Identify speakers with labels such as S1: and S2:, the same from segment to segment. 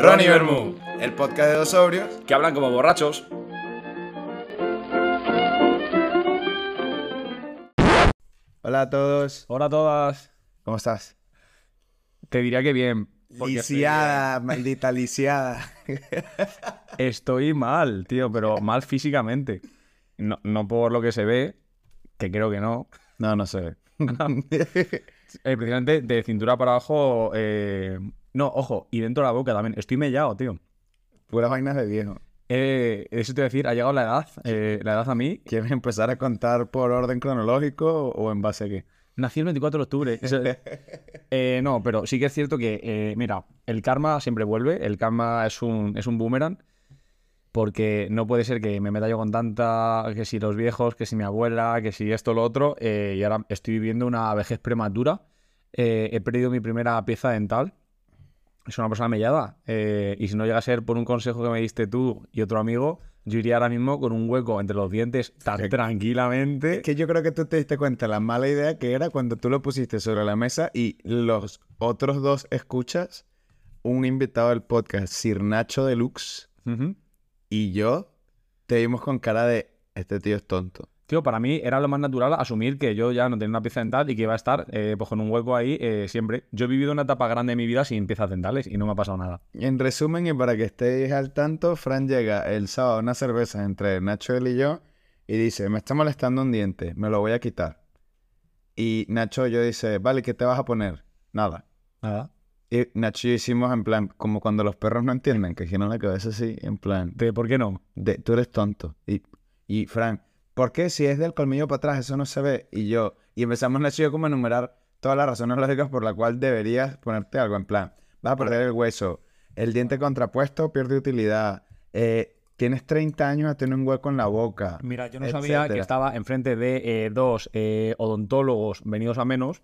S1: Ronnie Bermú,
S2: el podcast de dos sobrios.
S1: que hablan como borrachos.
S2: Hola a todos,
S1: Hola a todas.
S2: ¿cómo estás?
S1: Te diría que bien. porque
S2: Lisiada, maldita lisiada.
S1: Estoy, estoy mal, tío, pero mal físicamente. No, no por lo que se ve, que creo que no.
S2: No, no sé.
S1: Eh, precisamente de cintura para abajo. eh, No, ojo, y dentro de la boca también. Estoy mellado, tío.
S2: Puras vainas de viejo.
S1: Eh, eso te voy a decir, ha llegado la edad, eh, la edad a mí.
S2: ¿Quieres empezar a contar por orden cronológico o en base a qué?
S1: Nací el 24 de octubre. O sea, eh, no, pero sí que es cierto que, eh, mira, el karma siempre vuelve. El karma es un, es un boomerang. Porque no puede ser que me meta yo con tanta, que si los viejos, que si mi abuela, que si esto, lo otro. eh, y ahora estoy viviendo una vejez prematura. Eh, he perdido mi primera pieza dental. Es una persona mellada. eh, y si no llega a ser por un consejo que me diste tú y otro amigo, yo iría ahora mismo con un hueco entre los dientes tan tranquilamente.
S2: Es que yo creo que tú te diste cuenta la mala idea que era cuando tú lo pusiste sobre la mesa y los otros dos escuchas, un invitado del podcast, Sir Nacho Deluxe,
S1: Ujú.
S2: y yo, te vimos con cara de, este tío es tonto.
S1: Tío, para mí era lo más natural asumir que yo ya no tenía una pieza dental y que iba a estar eh, pues con un hueco ahí eh, siempre. Yo he vivido una etapa grande de mi vida sin piezas dentales y no me ha pasado nada.
S2: En resumen, y para que estéis al tanto, Fran llega el sábado a una cerveza entre Nacho, él y yo, y dice, me está molestando un diente, me lo voy a quitar. Y Nacho yo dice, vale, ¿qué te vas a poner? Nada.
S1: Nada.
S2: Y Nacho y yo hicimos en plan, como cuando los perros no entienden, que giran la cabeza así, en plan,
S1: De, ¿Por qué no?
S2: de, tú eres tonto. Y, y Fran, ¿por qué si es del colmillo para atrás eso no se ve? Y yo, y empezamos Nacho y yo como a enumerar todas las razones lógicas por la cual deberías ponerte algo en plan, vas a perder el hueso, el diente contrapuesto pierde utilidad, eh, tienes 30 años a tener un hueco en la boca.
S1: Mira, yo no sabía que
S2: etcétera.
S1: estaba enfrente de eh, dos eh, odontólogos venidos a menos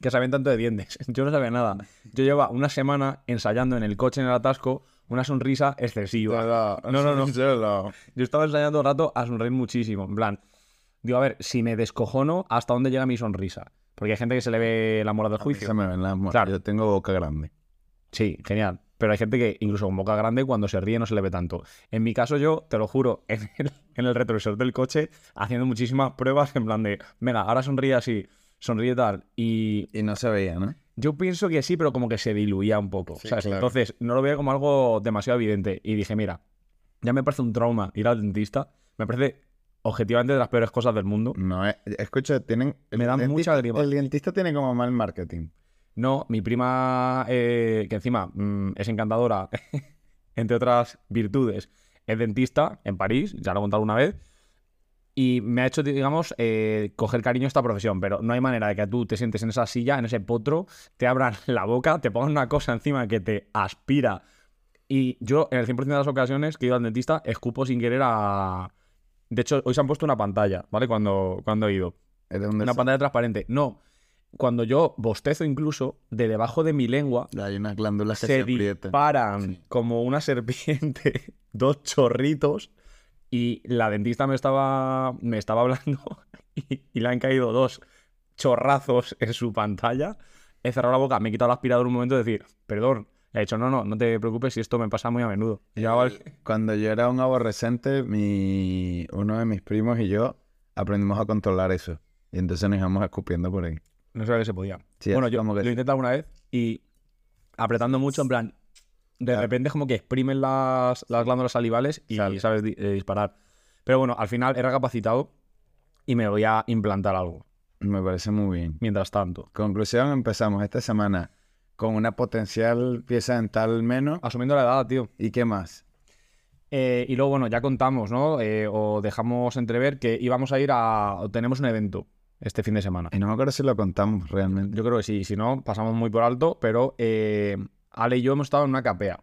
S1: que sabían tanto de dientes. Yo no sabía nada. Yo llevaba una semana ensayando en el coche en el atasco una sonrisa excesiva.
S2: No, no, ah, no.
S1: Yo estaba ensayando todo el rato a sonreír muchísimo. En plan, digo, a ver, si me descojono, ¿hasta dónde llega mi sonrisa? Porque hay gente que se le ve la mora del
S2: Se
S1: juicio.
S2: me ven las mo-
S1: Claro.
S2: Yo tengo boca grande.
S1: Sí, genial. Pero hay gente que incluso con boca grande cuando se ríe no se le ve tanto. En mi caso yo, te lo juro, en el, en el retrovisor del coche, haciendo muchísimas pruebas en plan de, venga, ahora sonríe así, sonríe tal. Y
S2: Y no se veía, ¿no?
S1: yo pienso que sí, pero como que se diluía un poco.
S2: Sí,
S1: ¿sabes?
S2: claro.
S1: Entonces no lo veía como algo demasiado evidente. Y dije, mira, ya me parece un trauma ir al dentista. Me parece objetivamente de las peores cosas del mundo.
S2: No, eh, escucha, tienen...
S1: Me da
S2: el dentista-
S1: mucha grima.
S2: El dentista tiene como mal marketing.
S1: No, mi prima, eh, que encima mm, es encantadora, entre otras virtudes, es dentista en París, ya lo he contado una vez, y me ha hecho, digamos, eh, coger cariño a esta profesión, pero no hay manera de que tú te sientes en esa silla, en ese potro, te abran la boca, te pongan una cosa encima que te aspira. Y yo, en el 100% de las ocasiones que he ido al dentista, escupo sin querer a... De hecho, hoy se han puesto una pantalla, ¿vale? Cuando, cuando he ido.
S2: Era un
S1: Una
S2: desastre.
S1: pantalla transparente. No. Cuando yo bostezo incluso, de debajo de mi lengua
S2: Hay unas glándulas que
S1: se,
S2: se, aprietan.
S1: disparan como una serpiente, dos chorritos, y la dentista me estaba, me estaba hablando y, y le han caído dos chorrazos en su pantalla. He cerrado la boca, me he quitado el aspirador un momento y decir, perdón. Le he dicho, no, no, no te preocupes si esto me pasa muy a menudo. Y yo, "Ah, vale".
S2: Cuando yo era un aborrecente, mi... uno de mis primos y yo aprendimos a controlar eso. Y entonces nos íbamos escupiendo por ahí.
S1: No sabía que se podía.
S2: Sí,
S1: bueno,
S2: es
S1: yo
S2: como que
S1: lo
S2: sí.
S1: he intentado una vez y apretando mucho, en plan, de repente es como que exprimen las, las glándulas salivales y
S2: Sale.
S1: sabes di- eh, disparar. Pero bueno, al final he recapacitado y me voy a implantar algo.
S2: Me parece muy bien.
S1: Mientras tanto,
S2: Conclusión, empezamos esta semana con una potencial pieza dental menos.
S1: asumiendo la edad, tío.
S2: ¿Y qué más?
S1: Eh, y luego, bueno, ya contamos, ¿no? Eh, o dejamos entrever que íbamos a ir a. o tenemos un evento este fin de semana.
S2: Y no me acuerdo si lo contamos realmente.
S1: Yo creo que sí, si no, pasamos muy por alto, pero eh, Ale y yo hemos estado en una capea.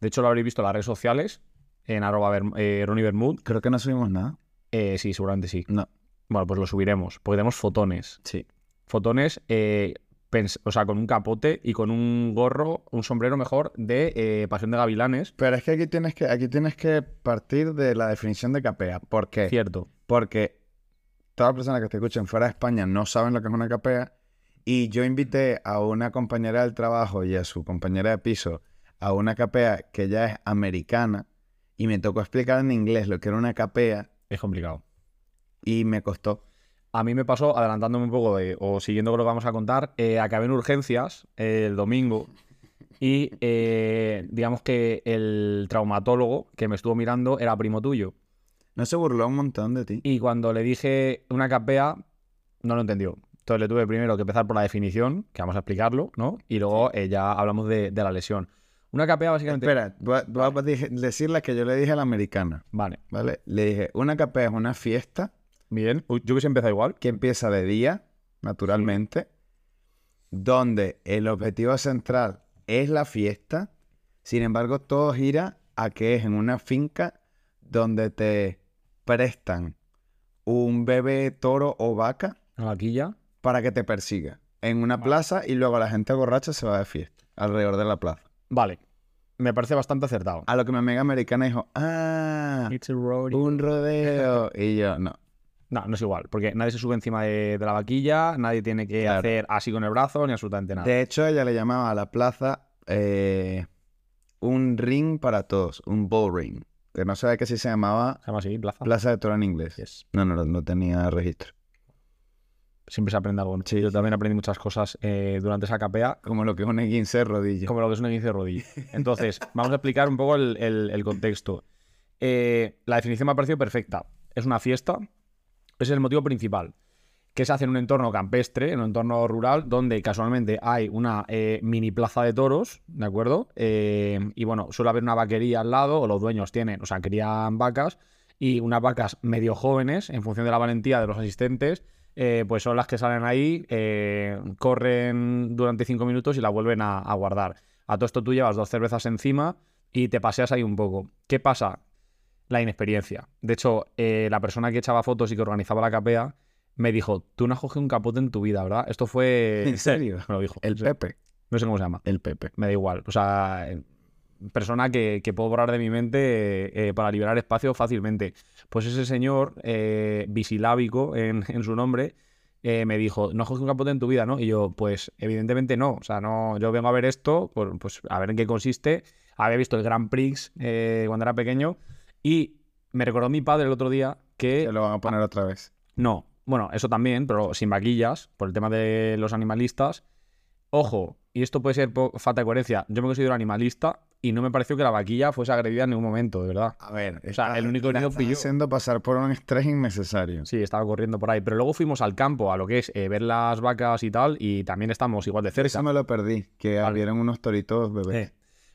S1: De hecho, lo habréis visto en las redes sociales, en arroba Berm- eh, Ronnie Bermud.
S2: Creo que no subimos nada.
S1: Eh, sí, seguramente sí.
S2: No.
S1: Bueno, pues lo subiremos, porque tenemos fotones.
S2: Sí.
S1: Fotones, eh, pens- o sea, con un capote y con un gorro, un sombrero mejor, de eh, Pasión de Gavilanes.
S2: Pero es que aquí tienes que, aquí tienes que partir de la definición de capea. ¿Por qué?
S1: Cierto.
S2: porque todas las personas que te escuchen fuera de España no saben lo que es una capea. Y yo invité a una compañera del trabajo y a su compañera de piso a una capea que ella es americana y me tocó explicar en inglés lo que era una capea
S1: Es complicado.
S2: y me costó.
S1: A mí me pasó, adelantándome un poco de- o siguiendo con lo que vamos a contar, eh, acabé en urgencias eh, el domingo y eh, digamos que el traumatólogo que me estuvo mirando era primo tuyo.
S2: No se burló un montón de ti.
S1: Y cuando le dije una capea, no lo entendió. Entonces le tuve primero que empezar por la definición, que vamos a explicarlo, ¿no? Y luego eh, ya hablamos de, de la lesión. Una capea básicamente...
S2: Espera, voy a, voy a dije- decir la que yo le dije a la americana,
S1: Vale,
S2: ¿vale? Le dije, una capea es una fiesta
S1: bien. Uy, Yo hubiese empezado igual.
S2: que empieza de día, naturalmente, donde el objetivo central es la fiesta, sin embargo, todo gira a que es en una finca donde te prestan un bebé toro o vaca
S1: Aquí ya.
S2: para que te persiga en una plaza y luego la gente borracha se va de fiesta alrededor de la plaza.
S1: Vale. Me parece bastante acertado.
S2: A lo que mi amiga americana dijo, ah,
S1: Ah. It's a rodeo.
S2: un rodeo. Y yo, no.
S1: No, no es igual, porque nadie se sube encima de, de la vaquilla, nadie tiene que
S2: Claro.
S1: hacer así con el brazo, ni absolutamente nada.
S2: De hecho, ella le llamaba a la plaza eh, un ring para todos, un ball ring. Que no sabía que si se llamaba
S1: Se llama así, plaza.
S2: Plaza de Toro en inglés.
S1: Ah. Yes.
S2: No, no, no tenía registro.
S1: Siempre se aprende algo. ¿no?
S2: Sí.
S1: Yo también aprendí muchas cosas eh, durante esa capea,
S2: Como lo que es un 15 de rodillas.
S1: como lo que es un inicio de rodilla. Entonces, vamos a explicar un poco el, el- el contexto. Eh, la definición me ha parecido perfecta. Es una fiesta, ese es el motivo principal. Que se hace en un entorno campestre, en un entorno rural, donde casualmente hay una eh, mini plaza de toros, ¿de acuerdo? Eh, y bueno, suele haber una vaquería al lado, o los dueños tienen, o sea, crían vacas, y unas vacas medio jóvenes, en función de la valentía de los asistentes, eh, pues son las que salen ahí, eh, corren durante cinco minutos y la vuelven a, a guardar. A todo esto tú llevas dos cervezas encima y te paseas ahí un poco. ¿Qué pasa? la inexperiencia. De hecho, eh, la persona que echaba fotos y que organizaba la capea me dijo, tú no has cogido un capote en tu vida, ¿verdad? Esto fue...
S2: ¿En serio?
S1: Me lo dijo.
S2: El
S1: Sí.
S2: Pepe.
S1: No sé cómo se llama.
S2: El Pepe.
S1: Me da igual. O sea, eh, persona que, que puedo borrar de mi mente eh, para liberar espacio fácilmente. Pues ese señor, eh, bisilábico en, en su nombre, eh, me dijo, no has cogido un capote en tu vida, ¿no? Y yo, pues evidentemente no. O sea, no, yo vengo a ver esto, por- pues a ver en qué consiste. Había visto el Grand Prix eh, cuando era pequeño y me recordó mi padre el otro día que...
S2: Te lo van a poner otra vez.
S1: No, bueno, eso también, pero sin vaquillas, por el tema de los animalistas. Ojo, y esto puede ser po- falta de coherencia. Yo me considero animalista y no me pareció que la vaquilla fuese agredida en ningún momento, de verdad.
S2: A ver, o
S1: sea, el único herido fui yo.
S2: haciendo pasar por un estrés innecesario.
S1: Sí, estaba corriendo por ahí. Pero luego fuimos al campo, a lo que es eh, ver las vacas y tal, y también estamos igual de cerca.
S2: Eso me lo perdí, que abrieron unos toritos bebés.
S1: Eh,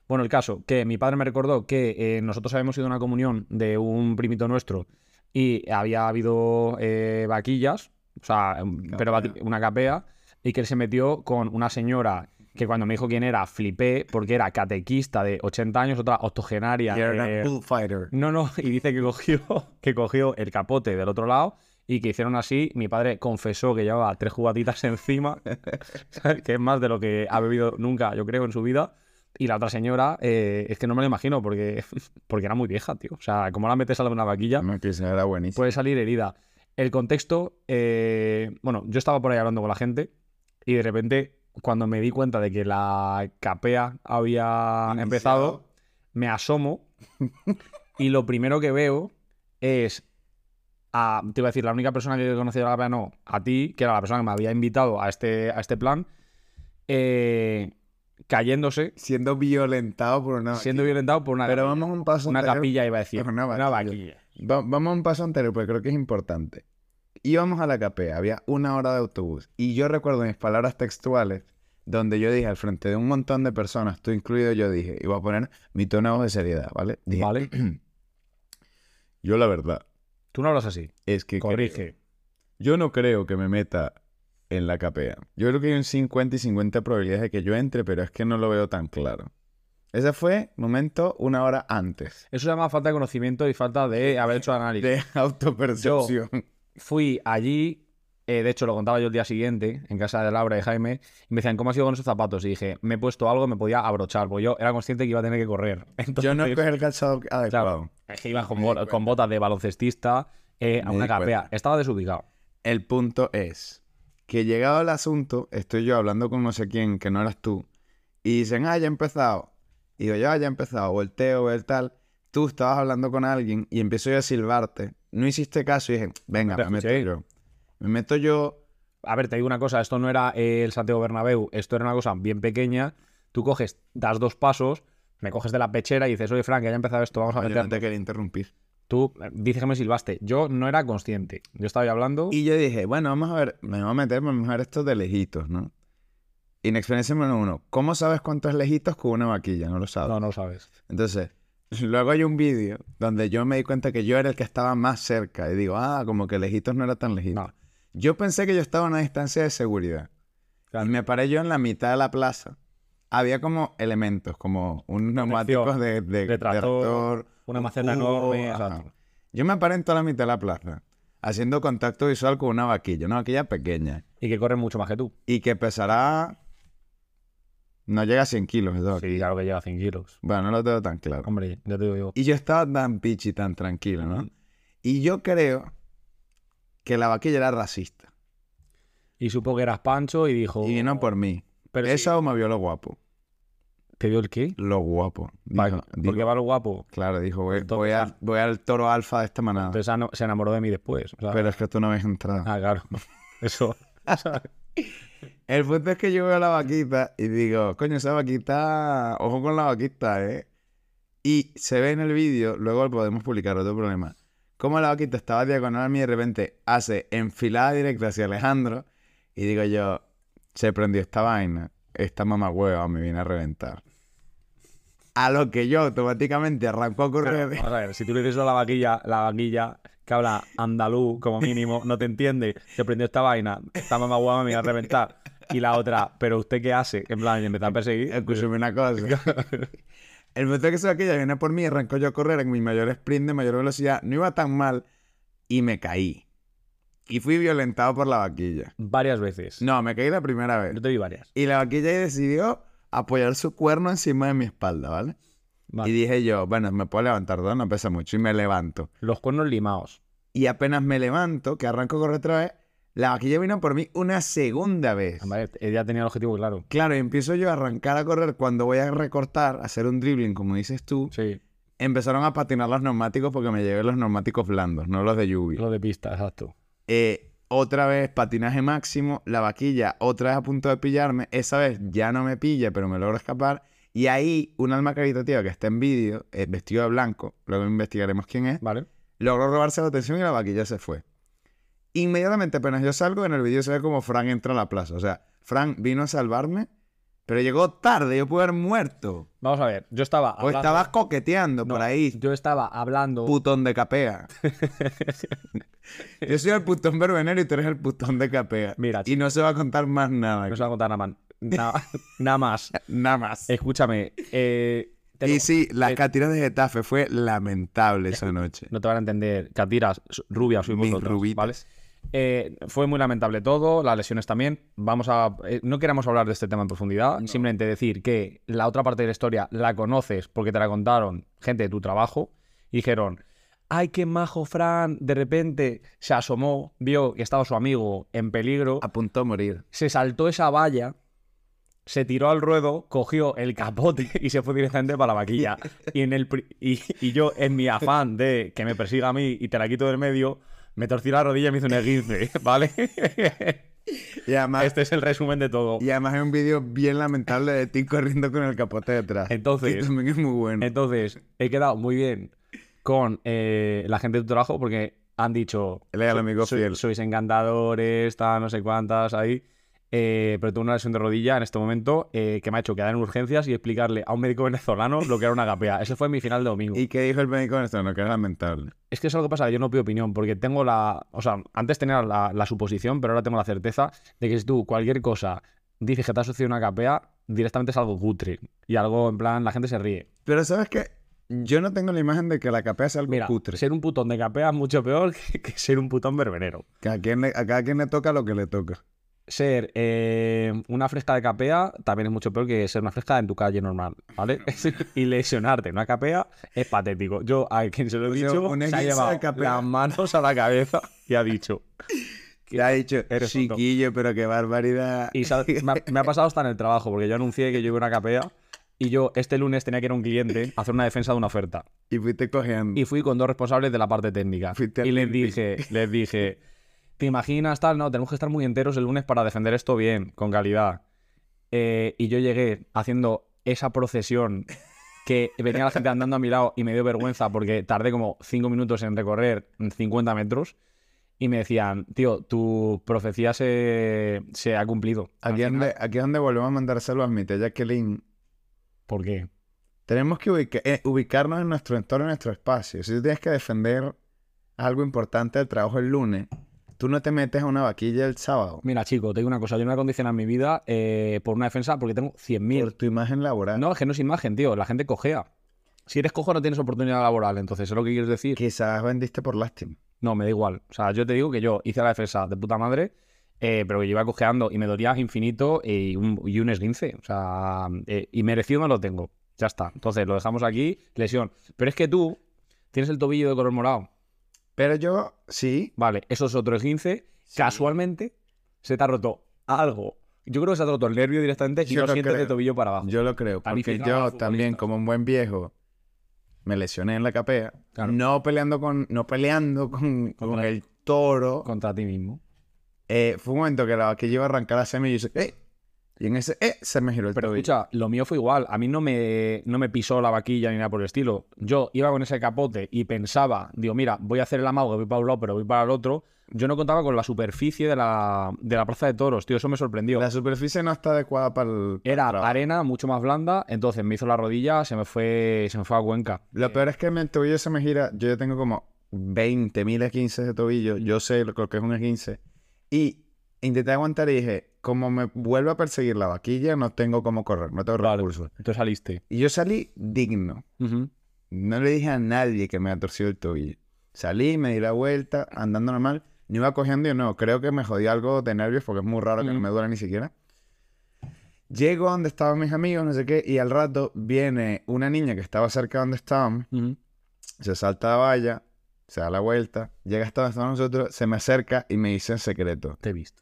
S1: Bueno, el caso, que mi padre me recordó que eh, nosotros habíamos ido a una comunión de un primito nuestro y había habido eh, vaquillas, o sea, em, pero vaqui-
S2: Capea.
S1: una capea, y que él se metió con una señora que cuando me dijo quién era, flipé, porque era catequista de 80 años, otra octogenaria.
S2: Y era
S1: eh,
S2: una bullfighter.
S1: no, no, y dice que cogió, que cogió el capote del otro lado y que hicieron así. Mi padre confesó que llevaba tres jugaditas encima, ¿sabes? que es más de lo que ha bebido nunca, yo creo, en su vida. Y la otra señora, eh, es que no me lo imagino porque, porque era muy vieja, tío. O sea, como la metes a la de una vaquilla,
S2: No, que esa era buenísimo.
S1: puede salir herida. El contexto, eh, bueno, yo estaba por ahí hablando con la gente y de repente, cuando me di cuenta de que la capea había
S2: Iniciado.
S1: empezado, me asomo y lo primero que veo es a, te iba a decir, la única persona que he conocido a la capea, no, a ti, que era la persona que me había invitado a este, a este plan, eh, cayéndose,
S2: siendo violentado por una.
S1: Pues, siendo violentado por una,
S2: Ah, Pero vamos un paso
S1: una
S2: anterior.
S1: capilla, iba a decir,
S2: por una
S1: una
S2: vaquilla.
S1: vaquilla.
S2: Va- vamos a un paso anterior porque creo que es importante. Íbamos a la capea, había una hora de autobús. Y yo recuerdo mis palabras textuales donde yo dije al frente de un montón de personas, tú incluido, yo dije, y voy a poner mi tono de voz de seriedad, ¿vale? Dije,
S1: ¿Vale?
S2: yo la verdad
S1: Tú no hablas así,
S2: es que... creo-
S1: corrige.
S2: Yo no creo que me meta en la capea. Yo creo que hay un 50 y 50 probabilidades de que yo entre, pero es que no lo veo tan claro. Ese fue momento una hora antes
S1: Eso se llama falta de conocimiento y falta de haber hecho análisis.
S2: de autopercepción.
S1: Fui allí, eh, de hecho lo contaba yo el día siguiente, en casa de Laura y Jaime, y me decían, ¿cómo has ido con esos zapatos? Y dije, me he puesto algo, que me podía abrochar, porque yo era consciente que iba a tener que correr. Entonces,
S2: Yo no escogí el calzado adecuado.
S1: es que iba con,
S2: Me di
S1: bol-
S2: cuenta.
S1: con botas de baloncestista eh, a
S2: Me
S1: una
S2: di cuenta.
S1: capea. Estaba desubicado.
S2: El punto es que llegado el asunto, estoy yo hablando con no sé quién, que no eras tú, y dicen, ah, ya he empezado. Y digo, yo ya he empezado, volteo, el tal. Tú estabas hablando con alguien y empiezo yo a silbarte. No hiciste caso y dije, venga, me
S1: Pero,
S2: meto
S1: sí.
S2: yo. Me meto yo.
S1: A ver, te digo una cosa, esto no era eh, el Santiago Bernabéu, esto era una cosa bien pequeña. Tú coges, das dos pasos, me coges de la pechera y dices, oye, Frank, que haya empezado esto, vamos a
S2: Yo no
S1: meter.
S2: te quería interrumpir.
S1: Tú eh, dices que me silbaste. Yo no era consciente. Yo estaba ahí hablando.
S2: Y yo dije, bueno, vamos a ver, me voy a meter, vamos a ver esto de lejitos, ¿no? Inexperiencia número uno. ¿Cómo sabes cuántos lejitos con una vaquilla? No lo sabes.
S1: No, no lo sabes.
S2: Entonces, luego hay un vídeo donde yo me di cuenta que yo era el que estaba más cerca. Y digo, ah, como que lejitos no era tan lejitos.
S1: No.
S2: Yo pensé que yo estaba a una distancia de seguridad.
S1: Claro.
S2: Y me paré yo en la mitad de la plaza. Había como elementos, como unos neumáticos de, de, de
S1: tractor,
S2: tractor,
S1: Una
S2: un
S1: maceta
S2: cubo,
S1: enorme.
S2: ajá.
S1: exacto.
S2: Yo me paré en toda la mitad de la plaza, haciendo contacto visual con una vaquilla, una vaquilla pequeña.
S1: Y que corren mucho más que tú.
S2: Y que pesará... No llega a 100 kilos. esa vaquilla.
S1: Sí, claro que lleva 100 kilos.
S2: Bueno, no lo tengo tan claro.
S1: Hombre, ya te digo yo.
S2: Y yo estaba tan pichi, tan tranquilo, ¿no?
S1: Ujú.
S2: Y yo creo que la vaquilla era racista.
S1: Y supo que eras Pancho y dijo.
S2: Y vino por mí.
S1: Oh. Pero
S2: Eso me vio lo guapo.
S1: sí, ¿Te vio el qué?
S2: Lo guapo. Dijo-
S1: Porque
S2: dijo-
S1: va lo guapo.
S2: claro, dijo, voy,
S1: Entonces-
S2: voy al, voy al toro alfa de esta manada.
S1: Entonces ano- se enamoró de mí después. o sea,
S2: Pero es que tú no habías entrado.
S1: Ah, claro. Eso.
S2: El punto es que yo veo la vaquita y digo, coño, esa vaquita, ojo con la vaquita, ¿eh? Y se ve en el vídeo, luego lo podemos publicar, otro problema. Como la vaquita estaba diagonal a mí y de repente hace enfilada directa hacia Alejandro y digo yo, se prendió esta vaina, esta mamá hueva me viene a reventar. A lo que yo automáticamente arranco a correr.
S1: Vamos a ver, si tú le dices a la vaquilla, la vaquilla que habla andaluz como mínimo, no te entiende, se prendió esta vaina, esta mamá guapa me va a reventar. Y la otra, pero usted qué hace? En plan, y empezar a perseguir.
S2: Escúchame una cosa. El momento que se va que ella viene por mí, arrancó yo a correr en mi mayor sprint de mayor velocidad. No iba tan mal y me caí. Y fui violentado por la vaquilla.
S1: Varias veces.
S2: No, me caí la primera vez.
S1: Yo te vi varias.
S2: Y la vaquilla ahí decidió apoyar su cuerno encima de mi espalda, ¿vale?
S1: Vale.
S2: Y dije yo, bueno, me puedo levantar, ¿no? no pesa mucho. Y me levanto.
S1: Los cuernos limados.
S2: Y apenas me levanto, que arranco a correr otra vez, la vaquilla vino por mí una segunda vez.
S1: Vale, ella tenía el objetivo claro.
S2: Claro, y empiezo yo a arrancar a correr cuando voy a recortar, a hacer un dribbling, como dices tú.
S1: Sí,
S2: Empezaron a patinar los neumáticos porque me llevé los neumáticos blandos, no los de lluvia.
S1: lo de pista, exacto.
S2: Eh, otra vez patinaje máximo, la vaquilla otra vez a punto de pillarme. Esa vez ya no me pilla, pero me logro escapar. Y ahí un alma caritativa que está en vídeo, eh, vestido de blanco, luego investigaremos quién es,
S1: Vale.
S2: logró robarse la atención y la vaquilla se fue. Inmediatamente apenas yo salgo, en el vídeo se ve como Frank entra a la plaza. O sea, Frank vino a salvarme, pero llegó tarde, yo pude haber muerto.
S1: Vamos a ver, yo estaba
S2: O
S1: hablando-
S2: Pues estaba coqueteando
S1: No,
S2: por ahí,
S1: Yo estaba hablando.
S2: putón de capea. Yo soy el putón verbenero y tú eres el putón de capea.
S1: Mira,
S2: y no se va a contar más nada.
S1: no se va a contar nada más. Nada, nada más.
S2: Nada más.
S1: Escúchame. eh, te
S2: Y
S1: lo-
S2: sí, las
S1: eh,
S2: catiras de Getafe fue lamentable esa noche.
S1: No te van a entender. Catiras, s- rubias, soy
S2: Mis
S1: vosotros.
S2: rubitas.
S1: ¿vale? Eh, fue muy lamentable todo, las lesiones también. Vamos a. eh, no queramos hablar de este tema en profundidad. Simplemente decir que la otra parte de la historia la conoces porque te la contaron gente de tu trabajo. Y dijeron. Ay, qué majo, Fran. De repente se asomó, vio que estaba su amigo en peligro.
S2: Apuntó a morir.
S1: se saltó esa valla, se tiró al ruedo, cogió el capote y se fue directamente para la vaquilla. Y, en el pri- y, y yo, en mi afán de que me persiga a mí y te la quito del medio, me torcí la rodilla y me hice un esguince, ¿vale?
S2: Y además,
S1: Este es el resumen de todo.
S2: y además es un vídeo bien lamentable de ti corriendo con el capote detrás.
S1: Entonces-
S2: Que también es muy bueno.
S1: Entonces, he quedado muy bien con eh, la gente de tu trabajo porque han dicho...
S2: Él es el amigo
S1: "So-
S2: fiel".
S1: Sois encantadores, tal, no sé cuántas, ahí. Eh, pero tengo una lesión de rodilla en este momento eh, que me ha hecho quedar en urgencias y explicarle a un médico venezolano lo que era una gapea. Ese fue mi final de domingo.
S2: ¿Y qué dijo el médico en esto? No, que es lamentable.
S1: Es que es algo que pasa, yo no pido opinión, porque tengo la. O sea, antes tenía la, la suposición, pero ahora tengo la certeza de que si tú cualquier cosa dices que te ha sucedido una capea, directamente es algo cutre. Y algo en plan, la gente se ríe.
S2: Pero ¿sabes qué? Yo no tengo la imagen de que la capea sea algo
S1: Mira,
S2: cutre.
S1: ser un putón de capea es mucho peor que, que ser un putón verbenero.
S2: Que a, quien le- a cada quien le toca lo que le toca.
S1: Ser eh, una fresca de capea también es mucho peor que ser una fresca en tu calle normal, ¿vale? y lesionarte en una capea es patético. Yo a quien se lo he
S2: O sea,
S1: dicho,
S2: un
S1: se ha
S2: esguince de
S1: llevado
S2: capea.
S1: las manos a la cabeza y ha dicho.
S2: Le ha dicho,
S1: eres tonto.
S2: chiquillo, pero qué barbaridad.
S1: Y sabe- me, ha, me ha pasado hasta en el trabajo, porque yo anuncié que yo iba a una capea Y yo este lunes tenía que ir a un cliente a hacer una defensa de una oferta.
S2: Y fuiste cogiendo.
S1: Y fui con dos responsables de la parte técnica.
S2: Fuiste al
S1: y les
S2: cliente.
S1: dije, les dije, ¿te imaginas tal? No, tenemos que estar muy enteros el lunes para defender esto bien, con calidad. Eh, y yo llegué haciendo esa procesión que venía la gente andando a mi lado y me dio vergüenza porque tardé como cinco minutos en recorrer 50 metros. Y me decían, tío, tu profecía se, se ha cumplido. Al
S2: Aquí es
S1: final-
S2: donde, aquí es donde volvemos a mandar saludos a mi tía Jacqueline.
S1: ¿Por qué?
S2: Tenemos que ubica- eh, ubicarnos en nuestro entorno, en nuestro espacio. Si tú tienes que defender algo importante del trabajo el lunes, tú no te metes a una vaquilla el sábado.
S1: Mira, chico, te digo una cosa. Yo no he condicionado mi vida eh, por una defensa porque tengo 100.000.
S2: Por tu imagen laboral.
S1: No, es que no es imagen, tío. La gente cojea. Si eres cojo no tienes oportunidad laboral, entonces es lo que quieres decir.
S2: Quizás vendiste por lástima.
S1: No, me da igual. O sea, yo te digo que yo hice la defensa de puta madre, eh, pero que yo iba cojeando y me dolía infinito y un, y un esguince. O sea, eh, y merecido no lo tengo. Ya está. Entonces lo dejamos aquí, lesión. Pero es que tú tienes el tobillo de color morado.
S2: Pero yo, sí,
S1: Vale, eso es otro esguince.
S2: Sí.
S1: Casualmente se te ha roto algo. Yo creo que se ha roto el nervio directamente y
S2: Yo
S1: no
S2: lo
S1: sientes de
S2: creo.
S1: tobillo para abajo.
S2: yo lo creo. Porque
S1: Tamificado a
S2: yo
S1: los
S2: también,
S1: futbolistas.
S2: como un buen viejo, me lesioné en la capea.
S1: Claro.
S2: No peleando con, no peleando con, con
S1: Contra-
S2: el toro.
S1: Contra ti mismo.
S2: Eh, fue un momento que la vaquilla iba a arrancar la semi y yo hice, ¡eh! Y en ese, ¡eh! Se me giró el
S1: Pero
S2: tobillo.
S1: escucha, lo mío fue igual. A mí no me, no me pisó la vaquilla ni nada por el estilo. Yo iba con ese capote y pensaba, digo, mira, voy a hacer el amago, que voy para un lado, pero voy para el otro. Yo no contaba con la superficie de la, de la plaza de toros, tío. Eso me sorprendió.
S2: La superficie no está adecuada para el.
S1: Era
S2: trabajo.
S1: arena mucho más blanda, entonces me hizo la rodilla, se me fue, se me fue a Cuenca.
S2: Lo peor es que mi tobillo se me gira. Yo ya tengo como 20.000 esguinces de tobillo. Yo sé lo lo que es un esguince. Y intenté aguantar y dije, como me vuelve a perseguir la vaquilla, no tengo cómo correr, no tengo
S1: Vale.
S2: recursos.
S1: Entonces saliste.
S2: Y yo salí digno.
S1: Ujú.
S2: No le dije a nadie que me ha torcido el tobillo. Salí, me di la vuelta, andando normal. No iba cogiendo y no, creo que me jodí algo de nervios porque es muy raro que no
S1: Mm.
S2: me duela ni siquiera. Llego a donde estaban mis amigos, no sé qué, y al rato viene una niña que estaba cerca de donde estaban,
S1: Ujú.
S2: se salta la valla, se da la vuelta, llega hasta donde estábamos nosotros, se me acerca y me dice en secreto,
S1: Te he visto.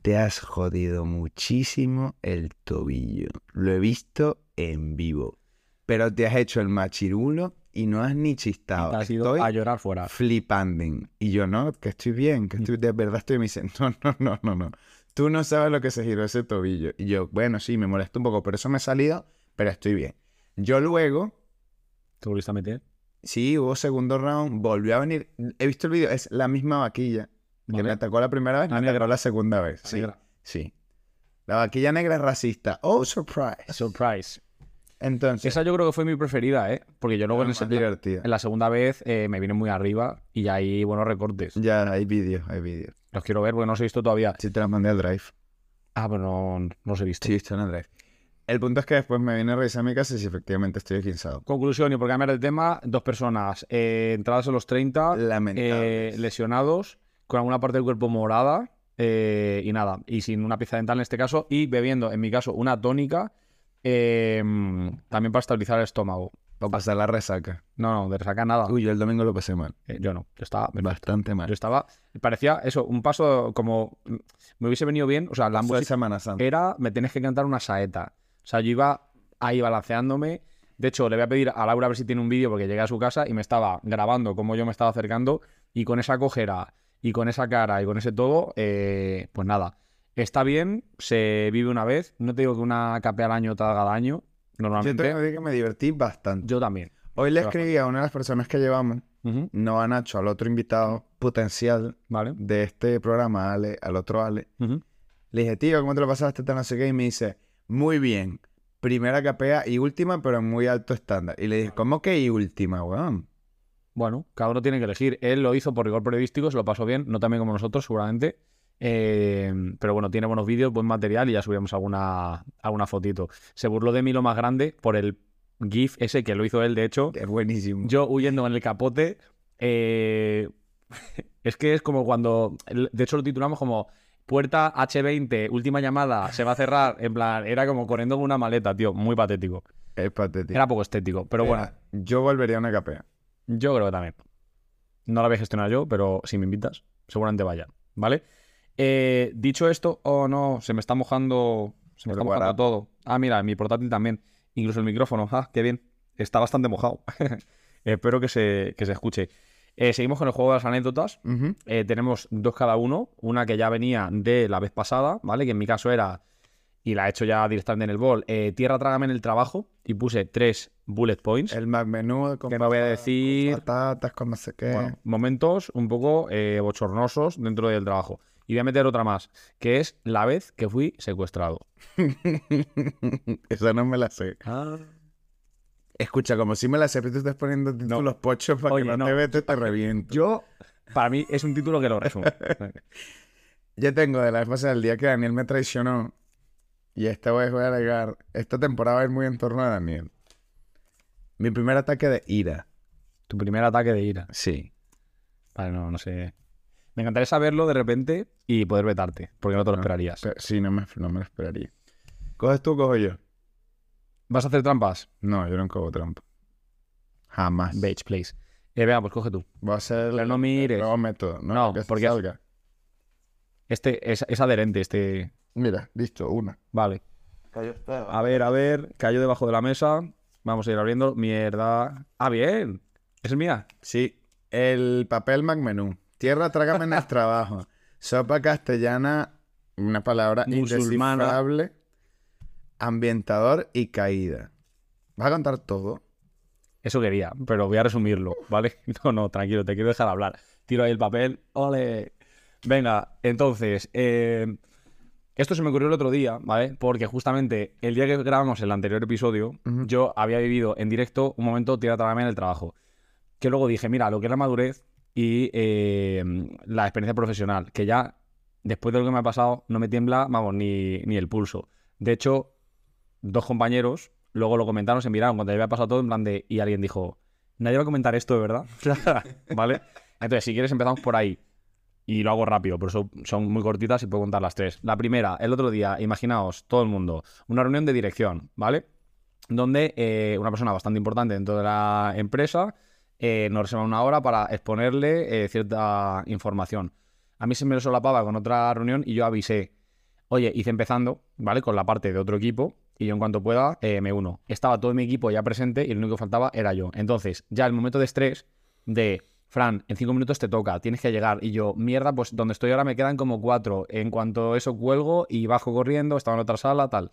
S2: te has jodido muchísimo el tobillo. Lo he visto en vivo. Pero te has hecho el machirulo y no has ni
S1: Y te
S2: chistado.
S1: has ido
S2: Estoy
S1: a llorar fuera.
S2: flipando. Y yo, no, que estoy bien, que estoy de verdad estoy. Y me dice, no, no, no, no, no. Tú no sabes lo que se giró ese tobillo. Y yo, bueno, sí, me molesta un poco, pero eso me ha salido, pero estoy bien. Yo luego,
S1: ¿Te volviste a meter?
S2: sí, hubo segundo round, volvió a venir. He visto el vídeo, es la misma vaquilla. Que me
S1: Vale.
S2: atacó la primera vez, me
S1: La negra.
S2: atacó la segunda vez. Sí.
S1: Negra.
S2: Sí. La vaquilla negra es racista. Oh, surprise.
S1: Surprise.
S2: Entonces,
S1: Esa yo creo que fue mi preferida, ¿eh? Porque yo luego en
S2: es
S1: el
S2: más
S1: segundo-
S2: divertida.
S1: En la segunda vez eh, me vine muy arriba y ya hay buenos recortes.
S2: Ya, hay vídeos, hay vídeos.
S1: Los quiero ver porque no los he visto todavía.
S2: Sí, te las mandé al drive.
S1: Ah, pero no, no los he visto.
S2: Sí, están al drive. El punto es que después me vine a revisar mi casa y si efectivamente estoy esguinzado.
S1: Conclusión, y por cambiar de tema, dos personas eh, entradas en los 30, eh,
S2: Lamentable.
S1: lesionados, con alguna parte del cuerpo morada eh, y nada, y sin una pieza dental en este caso, y bebiendo, en mi caso, una tónica, eh, también para estabilizar el estómago.
S2: Para pasar la resaca.
S1: No, no, de resaca nada.
S2: Ah, Uy, yo el domingo lo pasé mal.
S1: Eh, yo no, yo estaba...
S2: Bastante
S1: Yo
S2: mal.
S1: estaba... Parecía eso, un paso como... Me hubiese venido bien, o sea, la
S2: Fue
S1: música...
S2: Semana Santa.
S1: era me tenés que cantar una saeta. O sea, yo iba ahí balanceándome. De hecho, le voy a pedir a Laura a ver si tiene un vídeo porque llegué a su casa y me estaba grabando cómo yo me estaba acercando y con esa cojera y con esa cara y con ese todo, eh, pues nada. Está bien, se vive una vez. No te digo que una capa al año te haga daño,
S2: Yo
S1: normalmente.
S2: tengo
S1: Yo,
S2: que decir que me divertí bastante.
S1: también.
S2: Hoy le
S1: Yo-
S2: escribí a una de las personas que llevamos,
S1: Ujú,
S2: no a Nacho, al otro invitado potencial
S1: Vale.
S2: de este programa, Ale, al otro Ale.
S1: Ujú.
S2: Le dije, tío, ¿cómo te lo pasaste? Tal, no sé qué. Y me dice, muy bien. Primera capea y última, pero en muy alto estándar. Y le dije, ¿cómo que y última, weón?
S1: Bueno, cada uno tiene que elegir. Él lo hizo por rigor periodístico, se lo pasó bien, no tan bien como nosotros, seguramente. Eh, pero bueno, tiene buenos vídeos, buen material y ya subiremos alguna, alguna fotito. Se burló de mí lo más grande por el GIF ese que lo hizo él, de hecho.
S2: Es buenísimo.
S1: Yo huyendo en el capote. eh, es que es como cuando. De hecho, lo titulamos como Puerta H20, última llamada, se va a cerrar. En plan, era como corriendo con una maleta, tío. Muy patético.
S2: es patético.
S1: Era poco estético, pero bueno,
S2: Era, Yo volvería a una capea.
S1: yo creo que también. No la voy a gestionar yo, pero si me invitas, seguramente vaya, ¿vale? Eh, dicho esto, oh no, se me está mojando, se me
S2: El
S1: está mojando
S2: guarapo.
S1: todo. Ah, mira, mi portátil también. Incluso el micrófono, ah, qué bien. Está bastante mojado. Espero que se, que se escuche. Eh, seguimos con el juego de las anécdotas.
S2: Ujú.
S1: Eh, tenemos dos cada uno. Una que ya venía de la vez pasada, ¿vale? Que en mi caso era, y la he hecho ya directamente en el bol, eh, Tierra Trágame en el trabajo. Y puse tres bullet points.
S2: El Mac Menú con
S1: Que me voy a
S2: pata-
S1: decir-
S2: con patatas, con no sé qué.
S1: Bueno, momentos un poco eh, bochornosos dentro del trabajo. Y voy a meter otra más, que es la vez que fui secuestrado.
S2: Esa no me la sé.
S1: Ah.
S2: Escucha, como si me la sé, pero tú estás poniendo títulos pochos para
S1: Oye,
S2: que no,
S1: no.
S2: te vete, te reviento.
S1: Yo, para mí, es un título que lo resume.
S2: Ya tengo de la vez pasada el día que Daniel me traicionó. Y esta vez voy a agregar. Esta temporada va a ir muy en torno a Daniel. Mi primer ataque de ira.
S1: tu primer ataque de ira.
S2: Sí.
S1: Vale, no, no sé. Me encantaría saberlo de repente y poder vetarte, porque no te lo
S2: No,
S1: esperarías.
S2: sí, no me, no me lo esperaría. ¿Coges tú o cojo yo?
S1: ¿Vas a hacer trampas?
S2: No, yo no cojo trampa. Jamás.
S1: Beige, please. Eh, venga, pues coge tú.
S2: Voy a hacer
S1: Pero no
S2: el
S1: mires.
S2: nuevo método. No,
S1: No,
S2: que se
S1: porque-
S2: salga.
S1: Este es, es adherente, este.
S2: Mira, listo, una.
S1: Vale. A ver, a ver. Cayó debajo de la mesa. Vamos a ir abriendo. Mierda. Ah, bien. Esa es mía.
S2: Sí, el papel McMenú. Tierra trágame en el trabajo. Sopa castellana, una palabra
S1: Musulmana.
S2: indescifrable. Ambientador y caída. ¿Vas a contar todo?
S1: Eso quería, pero voy a resumirlo, ¿vale? No, no, tranquilo, te quiero dejar hablar. Tiro ahí el papel. ¡Ole! Venga, entonces, eh, esto se me ocurrió el otro día, ¿vale? Porque justamente el día que grabamos el anterior episodio,
S2: Ujú.
S1: yo había vivido en directo un momento tira trágame en el trabajo. Que luego dije, mira, lo que es la madurez y eh, la experiencia profesional, que ya después de lo que me ha pasado no me tiembla, vamos, ni, ni el pulso. De hecho, dos compañeros luego lo comentaron, se miraron cuando ya había pasado todo, en plan de. Y alguien dijo, nadie va a comentar esto de verdad. ¿Vale? Entonces, si quieres, empezamos por ahí. Y lo hago rápido, por eso son muy cortitas y puedo contar las tres. La primera, el otro día, imaginaos, todo el mundo, una reunión de dirección, ¿vale? Donde eh, una persona bastante importante dentro de la empresa eh, nos reserva una hora para exponerle eh, cierta información. A mí se me lo solapaba con otra reunión y yo avisé, Oye, hice empezando, ¿vale? Con la parte de otro equipo y yo en cuanto pueda eh, me uno. Estaba todo mi equipo ya presente y lo único que faltaba era yo. Entonces, ya el momento de estrés de, Fran, en cinco minutos te toca, tienes que llegar. Y yo, mierda, pues donde estoy ahora me quedan como cuatro. En cuanto eso cuelgo y bajo corriendo, estaba en otra sala, tal.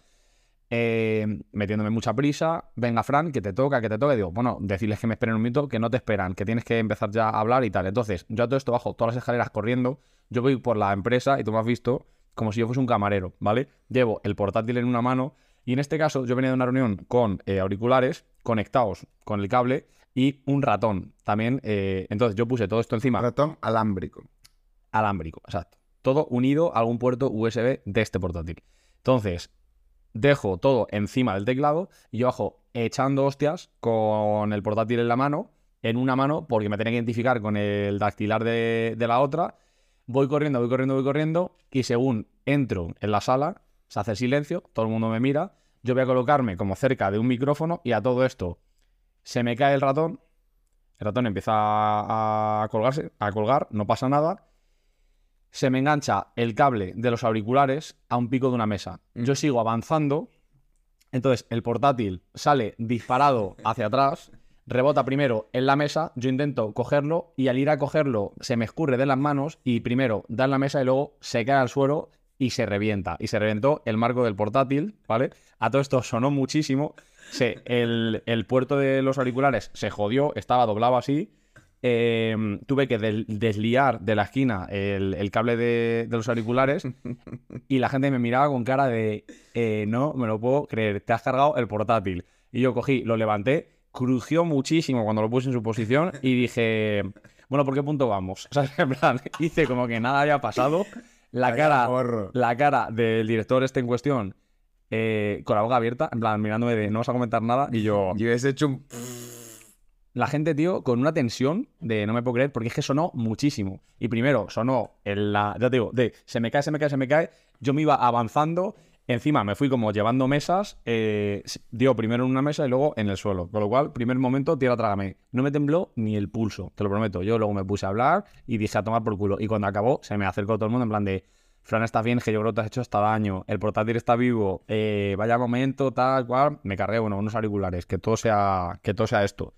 S1: Eh, metiéndome mucha prisa, venga Fran, que te toca, que te toca. Y digo, bueno, decirles que me esperen un minuto, que no te esperan, que tienes que empezar ya a hablar y tal. Entonces, yo a todo esto bajo todas las escaleras corriendo, yo voy por la empresa y tú me has visto como si yo fuese un camarero, ¿vale? Llevo el portátil en una mano y en este caso yo venía de una reunión con eh, auriculares conectados con el cable y un ratón también. eh, entonces yo puse todo esto encima
S2: Ratón alámbrico.
S1: alámbrico, exacto. Todo unido a algún puerto USB de este portátil. Entonces, dejo todo encima del teclado y yo bajo echando hostias con el portátil en la mano, en una mano, porque me tenía que identificar con el dactilar de, de la otra. Voy corriendo, voy corriendo, voy corriendo y según entro en la sala, se hace silencio, todo el mundo me mira, yo voy a colocarme como cerca de un micrófono y a todo esto se me cae el ratón, el ratón empieza a a colgarse, a colgar, no pasa nada, se me engancha el cable de los auriculares a un pico de una mesa. Yo sigo avanzando, entonces el portátil sale disparado hacia atrás, rebota primero en la mesa, yo intento cogerlo y al ir a cogerlo se me escurre de las manos y primero da en la mesa y luego se cae al suelo y se revienta. Y se reventó el marco del portátil, ¿vale? A todo esto sonó muchísimo. Se- el, el puerto de los auriculares se jodió, estaba doblado así. Eh, tuve que del- desliar de la esquina el, el cable de, de los auriculares y la gente me miraba con cara de eh, no me lo puedo creer, te has cargado el portátil. Y yo cogí, lo levanté, crujió muchísimo cuando lo puse en su posición y dije, bueno, ¿por qué punto vamos? O sea, en plan, hice como que nada había pasado. La
S2: Vaya
S1: cara,
S2: Gorro.
S1: la cara del director este en cuestión eh, con la boca abierta, en plan mirándome de no vas a comentar nada y yo...
S2: Y hubiese hecho un.
S1: La gente, tío, con una tensión de no me puedo creer, porque es que sonó muchísimo. Y primero, sonó en la. Ya te digo, de se me cae, se me cae, se me cae. Yo me iba avanzando. Encima me fui como llevando mesas. eh, s- dio primero en una mesa y luego en el suelo. Con lo cual, primer momento, tierra trágame. No me tembló ni el pulso, te lo prometo. Yo luego me puse a hablar y dije a tomar por culo. Y cuando acabó, se me acercó todo el mundo en plan de. Fran, estás bien, que yo creo que te has hecho hasta daño. El portátil está vivo. eh, vaya momento, tal cual. Me cargué, bueno, unos auriculares. Que todo sea, que todo sea esto.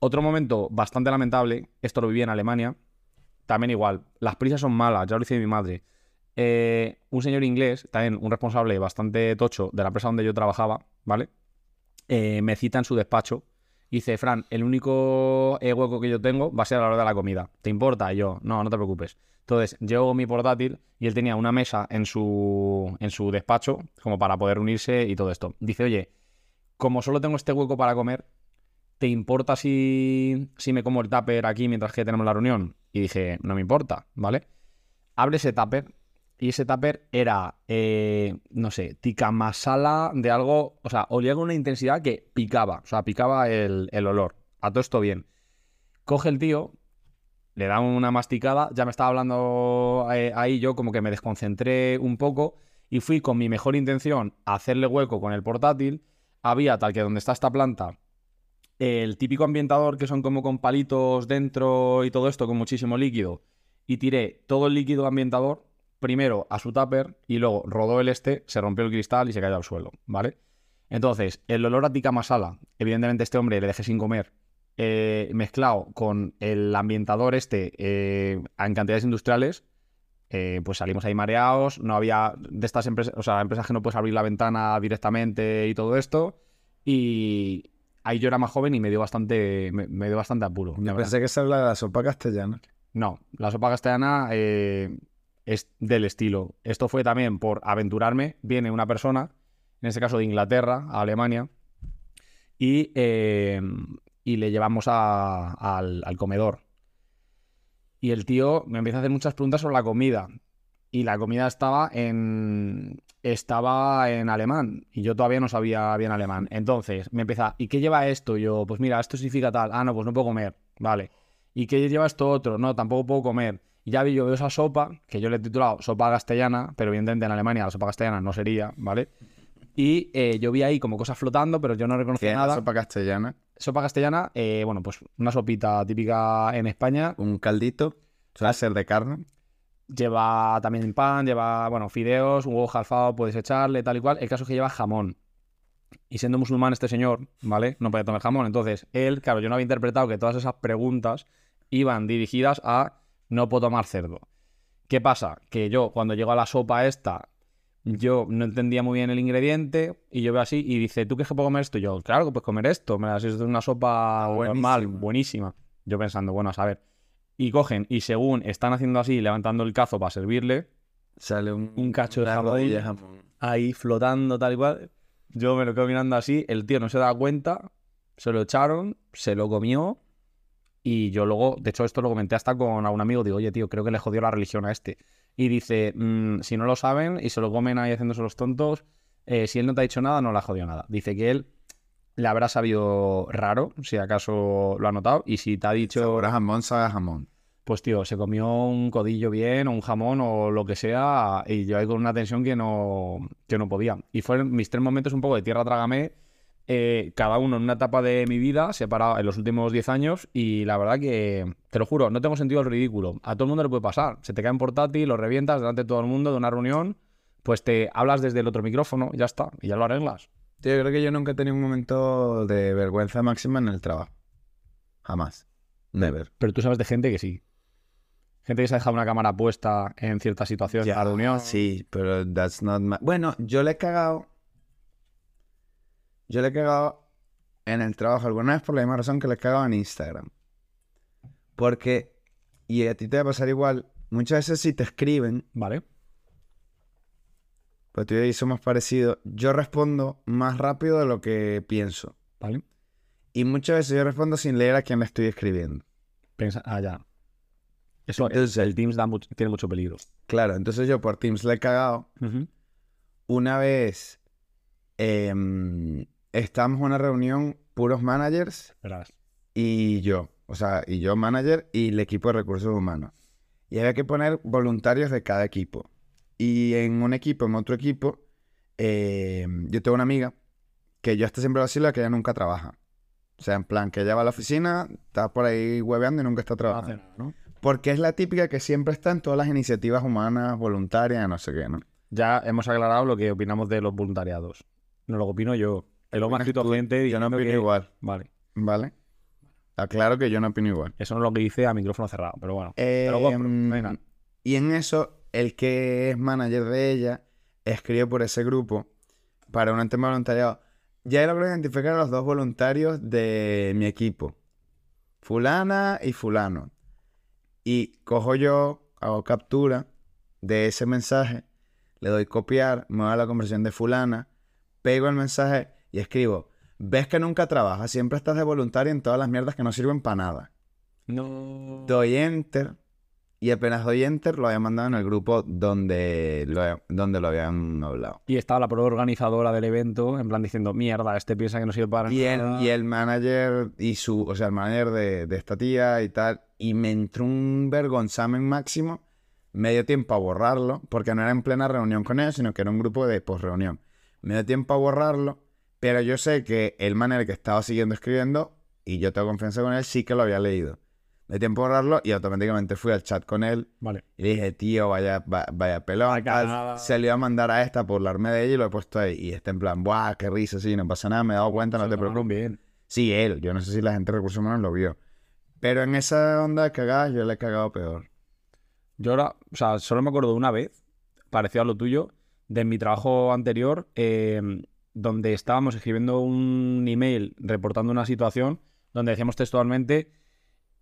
S1: Otro momento bastante lamentable. Esto lo viví en Alemania. También igual. Las prisas son malas. Ya lo hice mi madre. Eh, un señor inglés, también un responsable bastante tocho de la empresa donde yo trabajaba, ¿vale? Eh, me cita en su despacho. y Dice, Fran, el único eh, hueco que yo tengo va a ser a la hora de la comida. ¿Te importa? Y yo, no, no te preocupes. Entonces, llevo mi portátil y él tenía una mesa en su, en su despacho, como para poder unirse y todo esto. Dice, oye, como solo tengo este hueco para comer, ¿te importa si, si me como el tupper aquí mientras que tenemos la reunión? Y dije, no me importa, ¿vale? Abre ese tupper y ese tupper era, eh, no sé, tikka masala de algo, o sea, olía con una intensidad que picaba, o sea, picaba el, el olor. A todo esto bien. Coge el tío, le da una masticada, ya me estaba hablando eh, ahí yo como que me desconcentré un poco y fui con mi mejor intención a hacerle hueco con el portátil. Había tal que donde está esta planta, el típico ambientador que son como con palitos dentro y todo esto con muchísimo líquido. Y tiré todo el líquido ambientador primero a su tupper y luego rodó el este, se rompió el cristal y se cayó al suelo, ¿vale? Entonces, el olor a tikka masala, evidentemente este hombre le dejé sin comer, eh, mezclado con el ambientador este eh, en cantidades industriales, eh, pues salimos ahí mareados, no había de estas empresas, o sea, empresas que no puedes abrir la ventana directamente y todo esto, y ahí yo era más joven y me dio bastante, me, me dio bastante apuro. la
S2: Yo
S1: verdad.
S2: pensé que esa era la sopa castellana.
S1: No, la sopa castellana eh, es del estilo. Esto fue también por aventurarme. Viene una persona, en este caso de Inglaterra, a Alemania, y, eh, y le llevamos a- al, al comedor. Y el tío me empieza a hacer muchas preguntas sobre la comida. Y la comida estaba en, estaba en alemán. Y yo todavía no sabía bien alemán. Entonces me empieza, ¿y qué lleva esto? Y yo, pues mira, esto significa tal. Ah, no, pues no puedo comer. Vale. ¿Y qué lleva esto otro? No, tampoco puedo comer. Y ya vi, yo veo esa sopa, que yo le he titulado sopa castellana, pero evidentemente en Alemania la sopa castellana no sería, ¿vale? Y eh, yo vi ahí como cosas flotando, pero yo no
S2: ¿Qué
S1: reconocía
S2: es la
S1: nada.
S2: sopa castellana?
S1: Sopa castellana, eh, bueno, pues una sopita típica en España.
S2: Un caldito, suele ser de carne.
S1: Lleva también pan, lleva, bueno, fideos, un huevo jalfado puedes echarle, tal y cual. El caso es que lleva jamón. Y siendo musulmán este señor, ¿vale? No podía tomar jamón. Entonces, él, claro, yo no había interpretado que todas esas preguntas iban dirigidas a no puedo tomar cerdo. ¿Qué pasa? Que yo, cuando llego a la sopa esta, yo no entendía muy bien el ingrediente y yo veo así y dice, ¿tú qué es que puedo comer esto? Y yo, claro que puedes comer esto. Me das es una sopa normal,
S2: buenísima.
S1: buenísima. Yo pensando, bueno, a saber. Y cogen y según están haciendo así, levantando el cazo para servirle,
S2: Sale un,
S1: Un cacho de
S2: una
S1: jamón.
S2: rodilla de jamón.
S1: ahí flotando tal y cual. Yo me lo quedo mirando así, el tío no se da cuenta, se lo echaron, se lo comió y yo luego, de hecho esto lo comenté hasta con algún amigo, digo, oye tío, creo que le jodió la religión a este. Y dice, "Mm, si no lo saben y se lo comen ahí haciéndose los tontos, eh, si él no te ha dicho nada, no le ha jodido nada. Dice que él le habrá sabido raro, si acaso lo ha notado, y si te ha dicho...
S2: Sabor a jamón, sabe a jamón.
S1: Pues tío, se comió un codillo bien, o un jamón, o lo que sea, y yo ahí con una tensión que no, que no podía. Y fueron mis tres momentos un poco de tierra trágame, eh, cada uno en una etapa de mi vida, separada en los últimos 10 años, y la verdad que, te lo juro, no tengo sentido el ridículo. A todo el mundo le puede pasar. Se te cae un portátil, lo revientas delante de todo el mundo, de una reunión, pues te hablas desde el otro micrófono, ya está, y ya lo arreglas.
S2: Tío, yo creo que yo nunca he tenido un momento de vergüenza máxima en el trabajo. Jamás. Never.
S1: Pero tú sabes de gente que sí. Gente que se ha dejado una cámara puesta en ciertas situaciones, en la reunión.
S2: Sí, pero that's not my... Bueno, yo le he cagado... Yo le he cagado en el trabajo alguna vez por la misma razón que le he cagado en Instagram. Porque, y a ti te va a pasar igual, muchas veces si te escriben,
S1: ¿Vale?
S2: pues tú y yo somos parecidos, yo respondo más rápido de lo que pienso.
S1: ¿Vale?
S2: Y muchas veces yo respondo sin leer a quien le estoy escribiendo.
S1: Pensa, ah, ya. Eso,
S2: Entonces-
S1: el Teams da much- tiene mucho peligro.
S2: Claro, entonces yo por Teams le he cagado. Una vez em, estábamos en una reunión, puros managers
S1: Verás.
S2: y yo. O sea, y yo manager y el equipo de recursos humanos. Y había que poner voluntarios de cada equipo. Y en un equipo, en otro equipo, em, yo tengo una amiga que yo hasta siempre vacilo que ella nunca trabaja. O sea, en plan, que ella va a la oficina, está por ahí hueveando y nunca está
S1: No hace
S2: trabajando.
S1: nada, ¿no?
S2: Porque es la típica que siempre está en todas las iniciativas humanas, voluntarias, no sé qué, ¿no?
S1: Ya hemos aclarado lo que opinamos de los voluntariados. No lo opino yo. El hombre ha escrito al cliente
S2: Yo no
S1: diciendo
S2: opino
S1: que-
S2: igual,
S1: Vale.
S2: ¿vale? Aclaro que yo no opino igual.
S1: Eso no es lo que dice a micrófono cerrado, pero bueno.
S2: Eh,
S1: lo compro, venga.
S2: Y en eso, el que es manager de ella escribe por ese grupo para un tema voluntariado. Ya logré identificar a los dos voluntarios de mi equipo. Fulana y fulano. Y cojo yo, hago captura de ese mensaje, le doy copiar, me voy a la conversación de fulana, pego el mensaje y escribo. Ves que nunca trabajas, siempre estás de voluntario en todas las mierdas que no sirven para nada.
S1: No.
S2: Doy enter y apenas doy enter lo había mandado en el grupo donde lo, donde lo habían hablado.
S1: Y estaba la prueba organizadora del evento, en plan diciendo, mierda, este piensa que no sirve para
S2: Y el,
S1: nada".
S2: y el manager y su, o sea, el manager de, de esta tía y tal, y me entró un vergonzamen máximo, me dio tiempo a borrarlo, porque no era en plena reunión con ellos, sino que era un grupo de posreunión. Me dio tiempo a borrarlo, pero yo sé que el manager que estaba siguiendo escribiendo, y yo tengo confianza con él, sí que lo había leído. Me dio tiempo a borrarlo y automáticamente fui al chat con él
S1: Vale.
S2: Y dije, tío, vaya, va- vaya pelota.
S1: Vaya cagada.
S2: se le iba a mandar a esta por burlarme de ella y lo he puesto ahí. Y está en plan, ¡buah, qué risa! Sí, no pasa nada, me he dado cuenta, no
S1: Se
S2: te
S1: lo tomaron
S2: preocupes.
S1: bien.
S2: Sí, él. Yo no sé si la gente de recursos humanos lo vio. Pero en esa onda de cagadas yo le he cagado peor.
S1: Yo ahora, o sea, solo me acuerdo de una vez, parecido a lo tuyo, de mi trabajo anterior, eh, donde estábamos escribiendo un email reportando una situación, donde decíamos textualmente,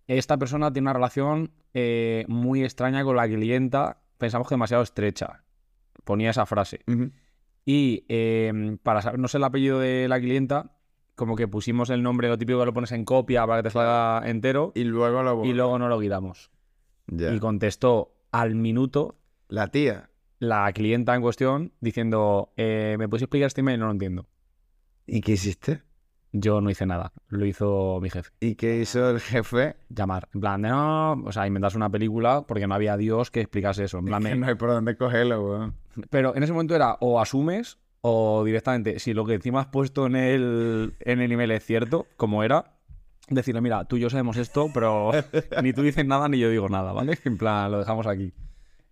S1: esta persona tiene una relación eh, muy extraña con la clienta, pensamos que demasiado estrecha. Ponía esa frase. Y eh, para sabernos el apellido de la clienta, como que pusimos el nombre, lo típico que lo pones en copia para que te salga entero,
S2: Y luego lo
S1: y,
S2: borré.
S1: luego no lo guidamos.
S2: Ya.
S1: Y contestó al minuto
S2: La tía.
S1: la clienta en cuestión diciendo, eh, ¿me puedes explicar este email? No lo entiendo.
S2: ¿Y qué hiciste?
S1: Yo no hice nada, lo hizo mi jefe.
S2: ¿Y qué hizo el jefe?
S1: Llamar, en plan, de, no, o sea, inventarse una película porque no había Dios que explicase eso. En plan,
S2: Que
S1: me-
S2: no hay por dónde cogerlo, weón.
S1: Pero en ese momento era o asumes o directamente, si lo que encima has puesto en el, en el email es cierto, como era, decirle, mira, tú y yo sabemos esto, pero ni tú dices nada ni yo digo nada, ¿vale? En plan, lo dejamos aquí.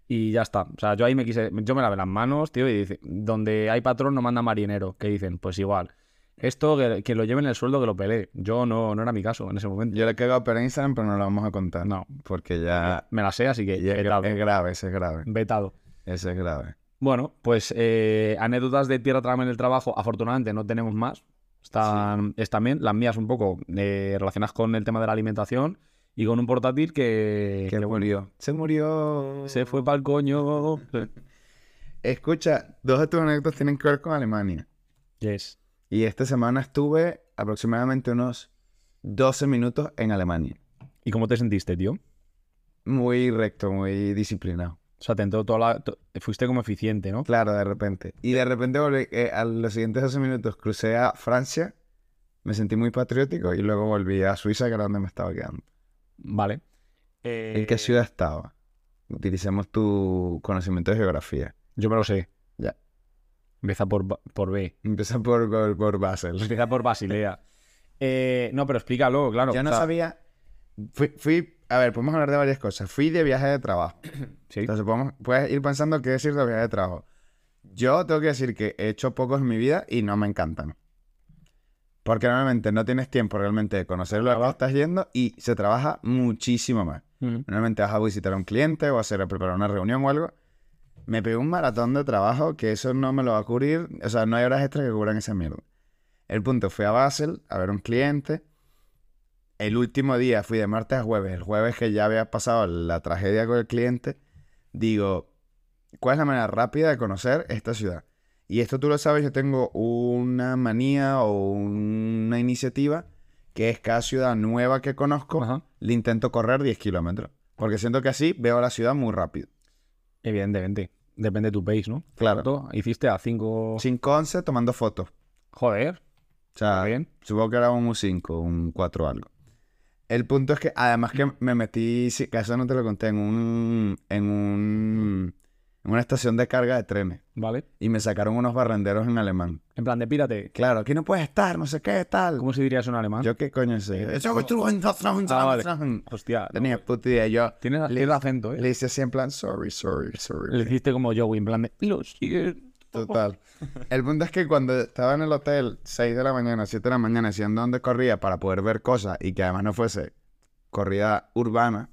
S1: Y ya está. O sea, yo ahí me quise, yo me lavé las manos, tío, y dice, donde hay patrón no manda marinero, que dicen, pues igual. Esto, que, que lo lleven el sueldo, que lo pelee. Yo no, no era mi caso en ese momento.
S2: Yo le he cagado peor en Instagram, pero no lo vamos a contar.
S1: No.
S2: Porque ya...
S1: Me la sé, así que
S2: Ah. ya es,
S1: vetado.
S2: es grave, ese es grave.
S1: vetado.
S2: Ese es grave.
S1: Bueno, pues eh, anécdotas de tierra trama en el trabajo, afortunadamente no tenemos más. Están, están bien, las mías un poco eh, relacionadas con el tema de la alimentación y con un portátil que,
S2: Que
S1: que
S2: murió. Se murió.
S1: se fue para el coño.
S2: Escucha, dos de tus anécdotas tienen que ver con Alemania.
S1: Yes.
S2: Y esta semana estuve aproximadamente unos 12 minutos en Alemania.
S1: ¿Y cómo te sentiste, tío? O
S2: Muy recto, muy disciplinado.
S1: sea, te entró toda la... to- Fuiste como eficiente, ¿no?
S2: Claro, de repente. Y de repente volví, eh, a los siguientes 12 minutos crucé a Francia, me sentí muy patriótico y luego volví a Suiza, que era donde me estaba quedando.
S1: Vale. Eh,
S2: ¿En qué ciudad estaba? Utilicemos tu conocimiento de geografía.
S1: Yo me lo sé.
S2: Ya.
S1: Empieza por, Ba- por B.
S2: Empieza por, por, por Basel.
S1: Empieza por Basilea. Eh, no, pero explícalo, claro.
S2: Yo no
S1: o sea,
S2: sabía. Fui, fui- a ver, podemos hablar de varias cosas. Fui de viaje de trabajo.
S1: sí.
S2: Entonces podemos, puedes ir pensando qué decir de viaje de trabajo. Yo tengo que decir que he hecho pocos en mi vida y no me encantan. Porque normalmente no tienes tiempo realmente de conocer lo que estás yendo y se trabaja muchísimo más.
S1: Ujú.
S2: Normalmente vas a visitar a un cliente o a hacer a preparar una reunión o algo. Me pegué un maratón de trabajo que eso no me lo va a cubrir. O sea, no hay horas extras que cubran esa mierda. El punto, fui a Basel a ver un cliente. El último día fui de martes a jueves. El jueves que ya había pasado la tragedia con el cliente. Digo, ¿cuál es la manera rápida de conocer esta ciudad? Y esto tú lo sabes, yo tengo una manía o una iniciativa que es cada ciudad nueva que conozco
S1: Ajá.
S2: le intento correr 10 kilómetros. Porque siento que así veo la ciudad muy rápido.
S1: Evidentemente. Depende de tu país, ¿no?
S2: Claro.
S1: Tú Hiciste a 5.
S2: 5-11 tomando fotos.
S1: Joder.
S2: O sea,
S1: Bien.
S2: supongo que era un 5, un 4 algo. El punto es que, además que me metí, si- que eso no te lo conté, en un, en un en una estación de carga de trenes.
S1: ¿vale?
S2: Y me sacaron unos barrenderos en alemán.
S1: En plan, de pírate.
S2: Claro, aquí no puedes estar, no sé qué, tal.
S1: ¿Cómo se diría eso en alemán?
S2: Yo qué coño sé. Eso que tú-
S1: Ah, vale. Hostia, no.
S2: Tenía puta idea. Yo
S1: Tienes,
S2: Le-
S1: tienes acento, ¿eh?
S2: le hice así en plan, sorry, sorry, sorry.
S1: Le hiciste como Joey, en plan de... "Lo siento".
S2: Total. El punto es que cuando estaba en el hotel, 6 de la mañana, 7 de la mañana, haciendo donde corría para poder ver cosas y que además no fuese corrida urbana,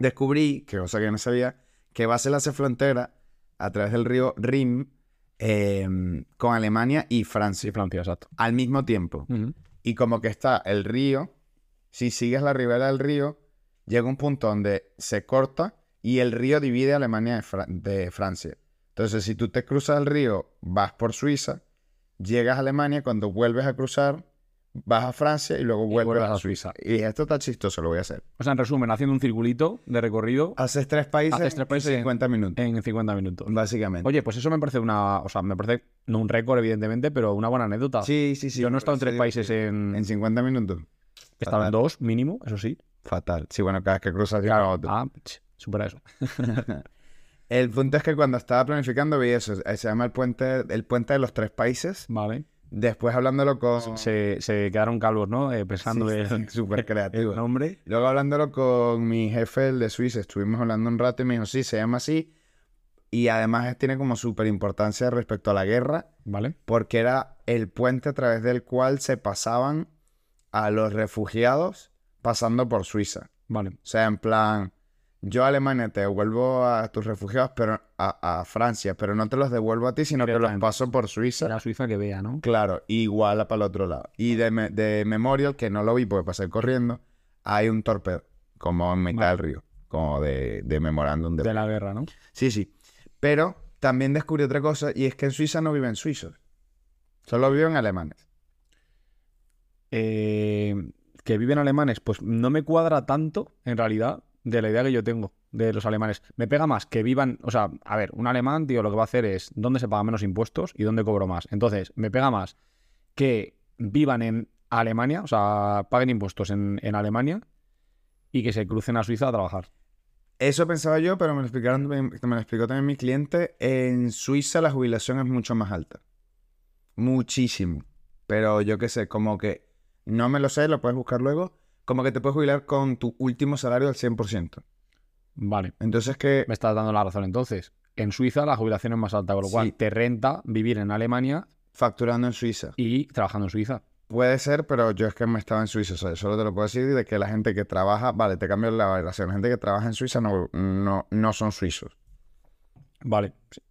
S2: descubrí, que cosa que no sabía, que Basel hace frontera a través del río Rin eh, con Alemania y
S1: Sí,
S2: Francia
S1: Francia, exacto.
S2: al mismo tiempo.
S1: Ujú.
S2: Y como que está el río, si sigues la ribera del río, llega un punto donde se corta y el río divide a Alemania de, Fra- de Francia. Entonces, si tú te cruzas el río, vas por Suiza, llegas a Alemania, cuando vuelves a cruzar, vas a Francia y luego vuelves,
S1: vuelves
S2: a
S1: a
S2: Suiza. Y esto está chistoso, lo voy a hacer.
S1: O sea, en resumen, haciendo un circulito de recorrido
S2: Haces tres países,
S1: Haces tres
S2: en
S1: países en-
S2: 50 minutos,
S1: en 50 minutos.
S2: básicamente.
S1: Oye, pues eso me parece una... O sea, me parece no un récord, evidentemente, pero una buena anécdota.
S2: sí, sí, sí.
S1: Yo no he
S2: por
S1: estado en
S2: eso
S1: tres
S2: digo
S1: países
S2: que-
S1: en...
S2: En 50 minutos.
S1: he estado en
S2: fatal.
S1: dos, mínimo, eso sí.
S2: Fatal. Sí, bueno, cada vez que cruzas, claro, otro.
S1: Ah, ch, supera eso.
S2: El punto es que cuando estaba planificando vi eso, eh, se llama el puente, el puente de los tres países.
S1: Vale.
S2: Después hablándolo con...
S1: Se, se quedaron calvos, ¿no? Eh, pensando
S2: Ah. Sí, sí,
S1: el,
S2: súper creativo.
S1: el nombre.
S2: Luego hablándolo con mi jefe, el de Suiza, estuvimos hablando un rato y me dijo, sí, se llama así. Y además tiene como súper importancia respecto a la guerra,
S1: Vale.
S2: porque era el puente a través del cual se pasaban a los refugiados pasando por Suiza.
S1: Vale.
S2: O sea, en plan, yo a Alemania te devuelvo a tus refugiados, pero a, a Francia, pero no te los devuelvo a ti, sino que los
S1: Directamente.
S2: paso por Suiza.
S1: Será Suiza que vea, ¿no?
S2: Claro, igual para el otro lado. Y de, me- de Memorial, que no lo vi porque pasé corriendo, hay un torpedo, como en mitad
S1: Vale.
S2: del río, como de, de memorándum. De...
S1: De la guerra, ¿no?
S2: Sí, sí. Pero también descubrí otra cosa, y es que en Suiza no viven suizos, solo viven alemanes.
S1: eh, que viven alemanes, pues no me cuadra tanto, en realidad, de la idea que yo tengo de los alemanes. Me pega más que vivan, o sea, a ver, un alemán, tío, lo que va a hacer es dónde se pagan menos impuestos y dónde cobro más. Entonces, me pega más que vivan en Alemania, o sea, paguen impuestos en, en Alemania y que se crucen a Suiza a trabajar.
S2: Eso pensaba yo, pero me lo, explicaron, me me lo explicó también mi cliente. En Suiza la jubilación es mucho más alta. Muchísimo. Pero yo qué sé, como que no me lo sé, lo puedes buscar luego. Como que te puedes jubilar con tu último salario al 100%.
S1: Vale,
S2: Entonces que...
S1: me estás dando la razón entonces. En Suiza la jubilación es más alta, con lo cual
S2: Sí.
S1: te renta vivir en Alemania
S2: facturando en Suiza.
S1: y trabajando en Suiza.
S2: Puede ser, pero yo es que me estaba en Suiza. o sea, solo te lo puedo decir de que la gente que trabaja, vale, te cambio la variación. La gente que trabaja en Suiza no, no, no son suizos.
S1: Vale. Sí,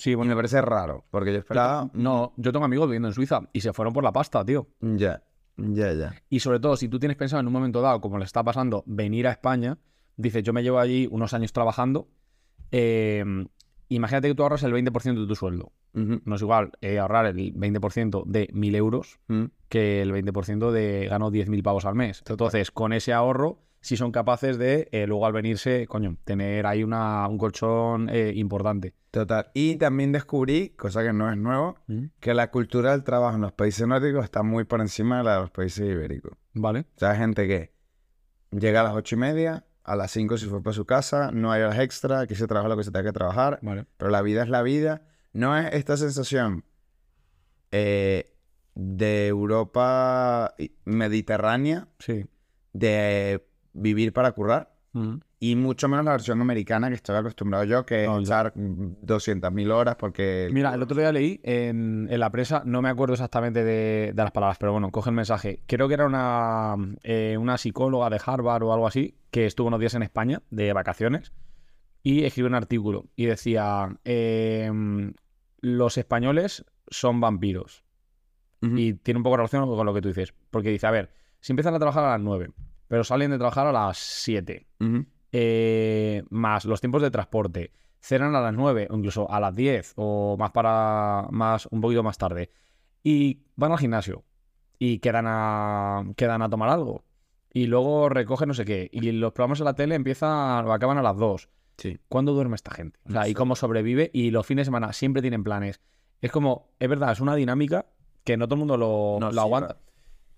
S1: Sí,
S2: Y
S1: bueno.
S2: me parece raro, porque yo esperaba...
S1: No, yo tengo amigos viviendo en Suiza y se fueron por la pasta, tío.
S2: Ya, ya, ya.
S1: Y sobre todo, si tú tienes pensado en un momento dado, como le está pasando, venir a España, dices, yo me llevo allí unos años trabajando, eh, imagínate que tú ahorras el 20% de tu sueldo.
S2: Ujú,
S1: No es igual eh, ahorrar el 20% de 1.000 euros
S2: ujú.
S1: que el 20% de gano 10.000 pavos al mes. Entonces, con ese ahorro, si son capaces de eh, luego al venirse, coño, tener ahí una, un colchón eh, importante.
S2: Total. Y también descubrí, cosa que no es nuevo,
S1: Mm.
S2: que la cultura del trabajo en los países nórdicos está muy por encima de la de los países ibéricos.
S1: ¿Vale?
S2: O sea, hay gente que llega a las ocho y media, a las cinco se fue para su casa, no hay horas extra, que se trabaja lo que se tenga que trabajar,
S1: Vale.
S2: pero la vida es la vida. No es esta sensación eh, de Europa y- mediterránea
S1: Sí.
S2: de vivir para currar.
S1: Ujú.
S2: Y mucho menos la versión americana que estoy acostumbrado yo, que es
S1: No, ya.
S2: echar 200.000 horas porque...
S1: Mira, el otro día leí en, en la prensa, no me acuerdo exactamente de, de las palabras, pero bueno, coge el mensaje. Creo que era una, eh, una psicóloga de Harvard o algo así, que estuvo unos días en España de vacaciones y escribió un artículo y decía, em, los españoles son vampiros.
S2: Ujú.
S1: Y tiene un poco relación con lo que tú dices, porque dice, a ver, si empiezan a trabajar a las 9, pero salen de trabajar a las 7,
S2: Ujú.
S1: eh, más los tiempos de transporte. Cenan a las 9 o incluso a las 10 o más para más un poquito más tarde. Y van al gimnasio y quedan a quedan a tomar algo. Y luego recogen no sé qué. Y los programas en la tele empiezan o acaban a las 2.
S2: Sí.
S1: ¿Cuándo duerme esta gente? O sea, y
S2: Exacto.
S1: cómo sobrevive. Y los fines de semana siempre tienen planes. Es como, es verdad, es una dinámica que no todo el mundo lo,
S2: No,
S1: lo
S2: sí,
S1: aguanta.
S2: claro.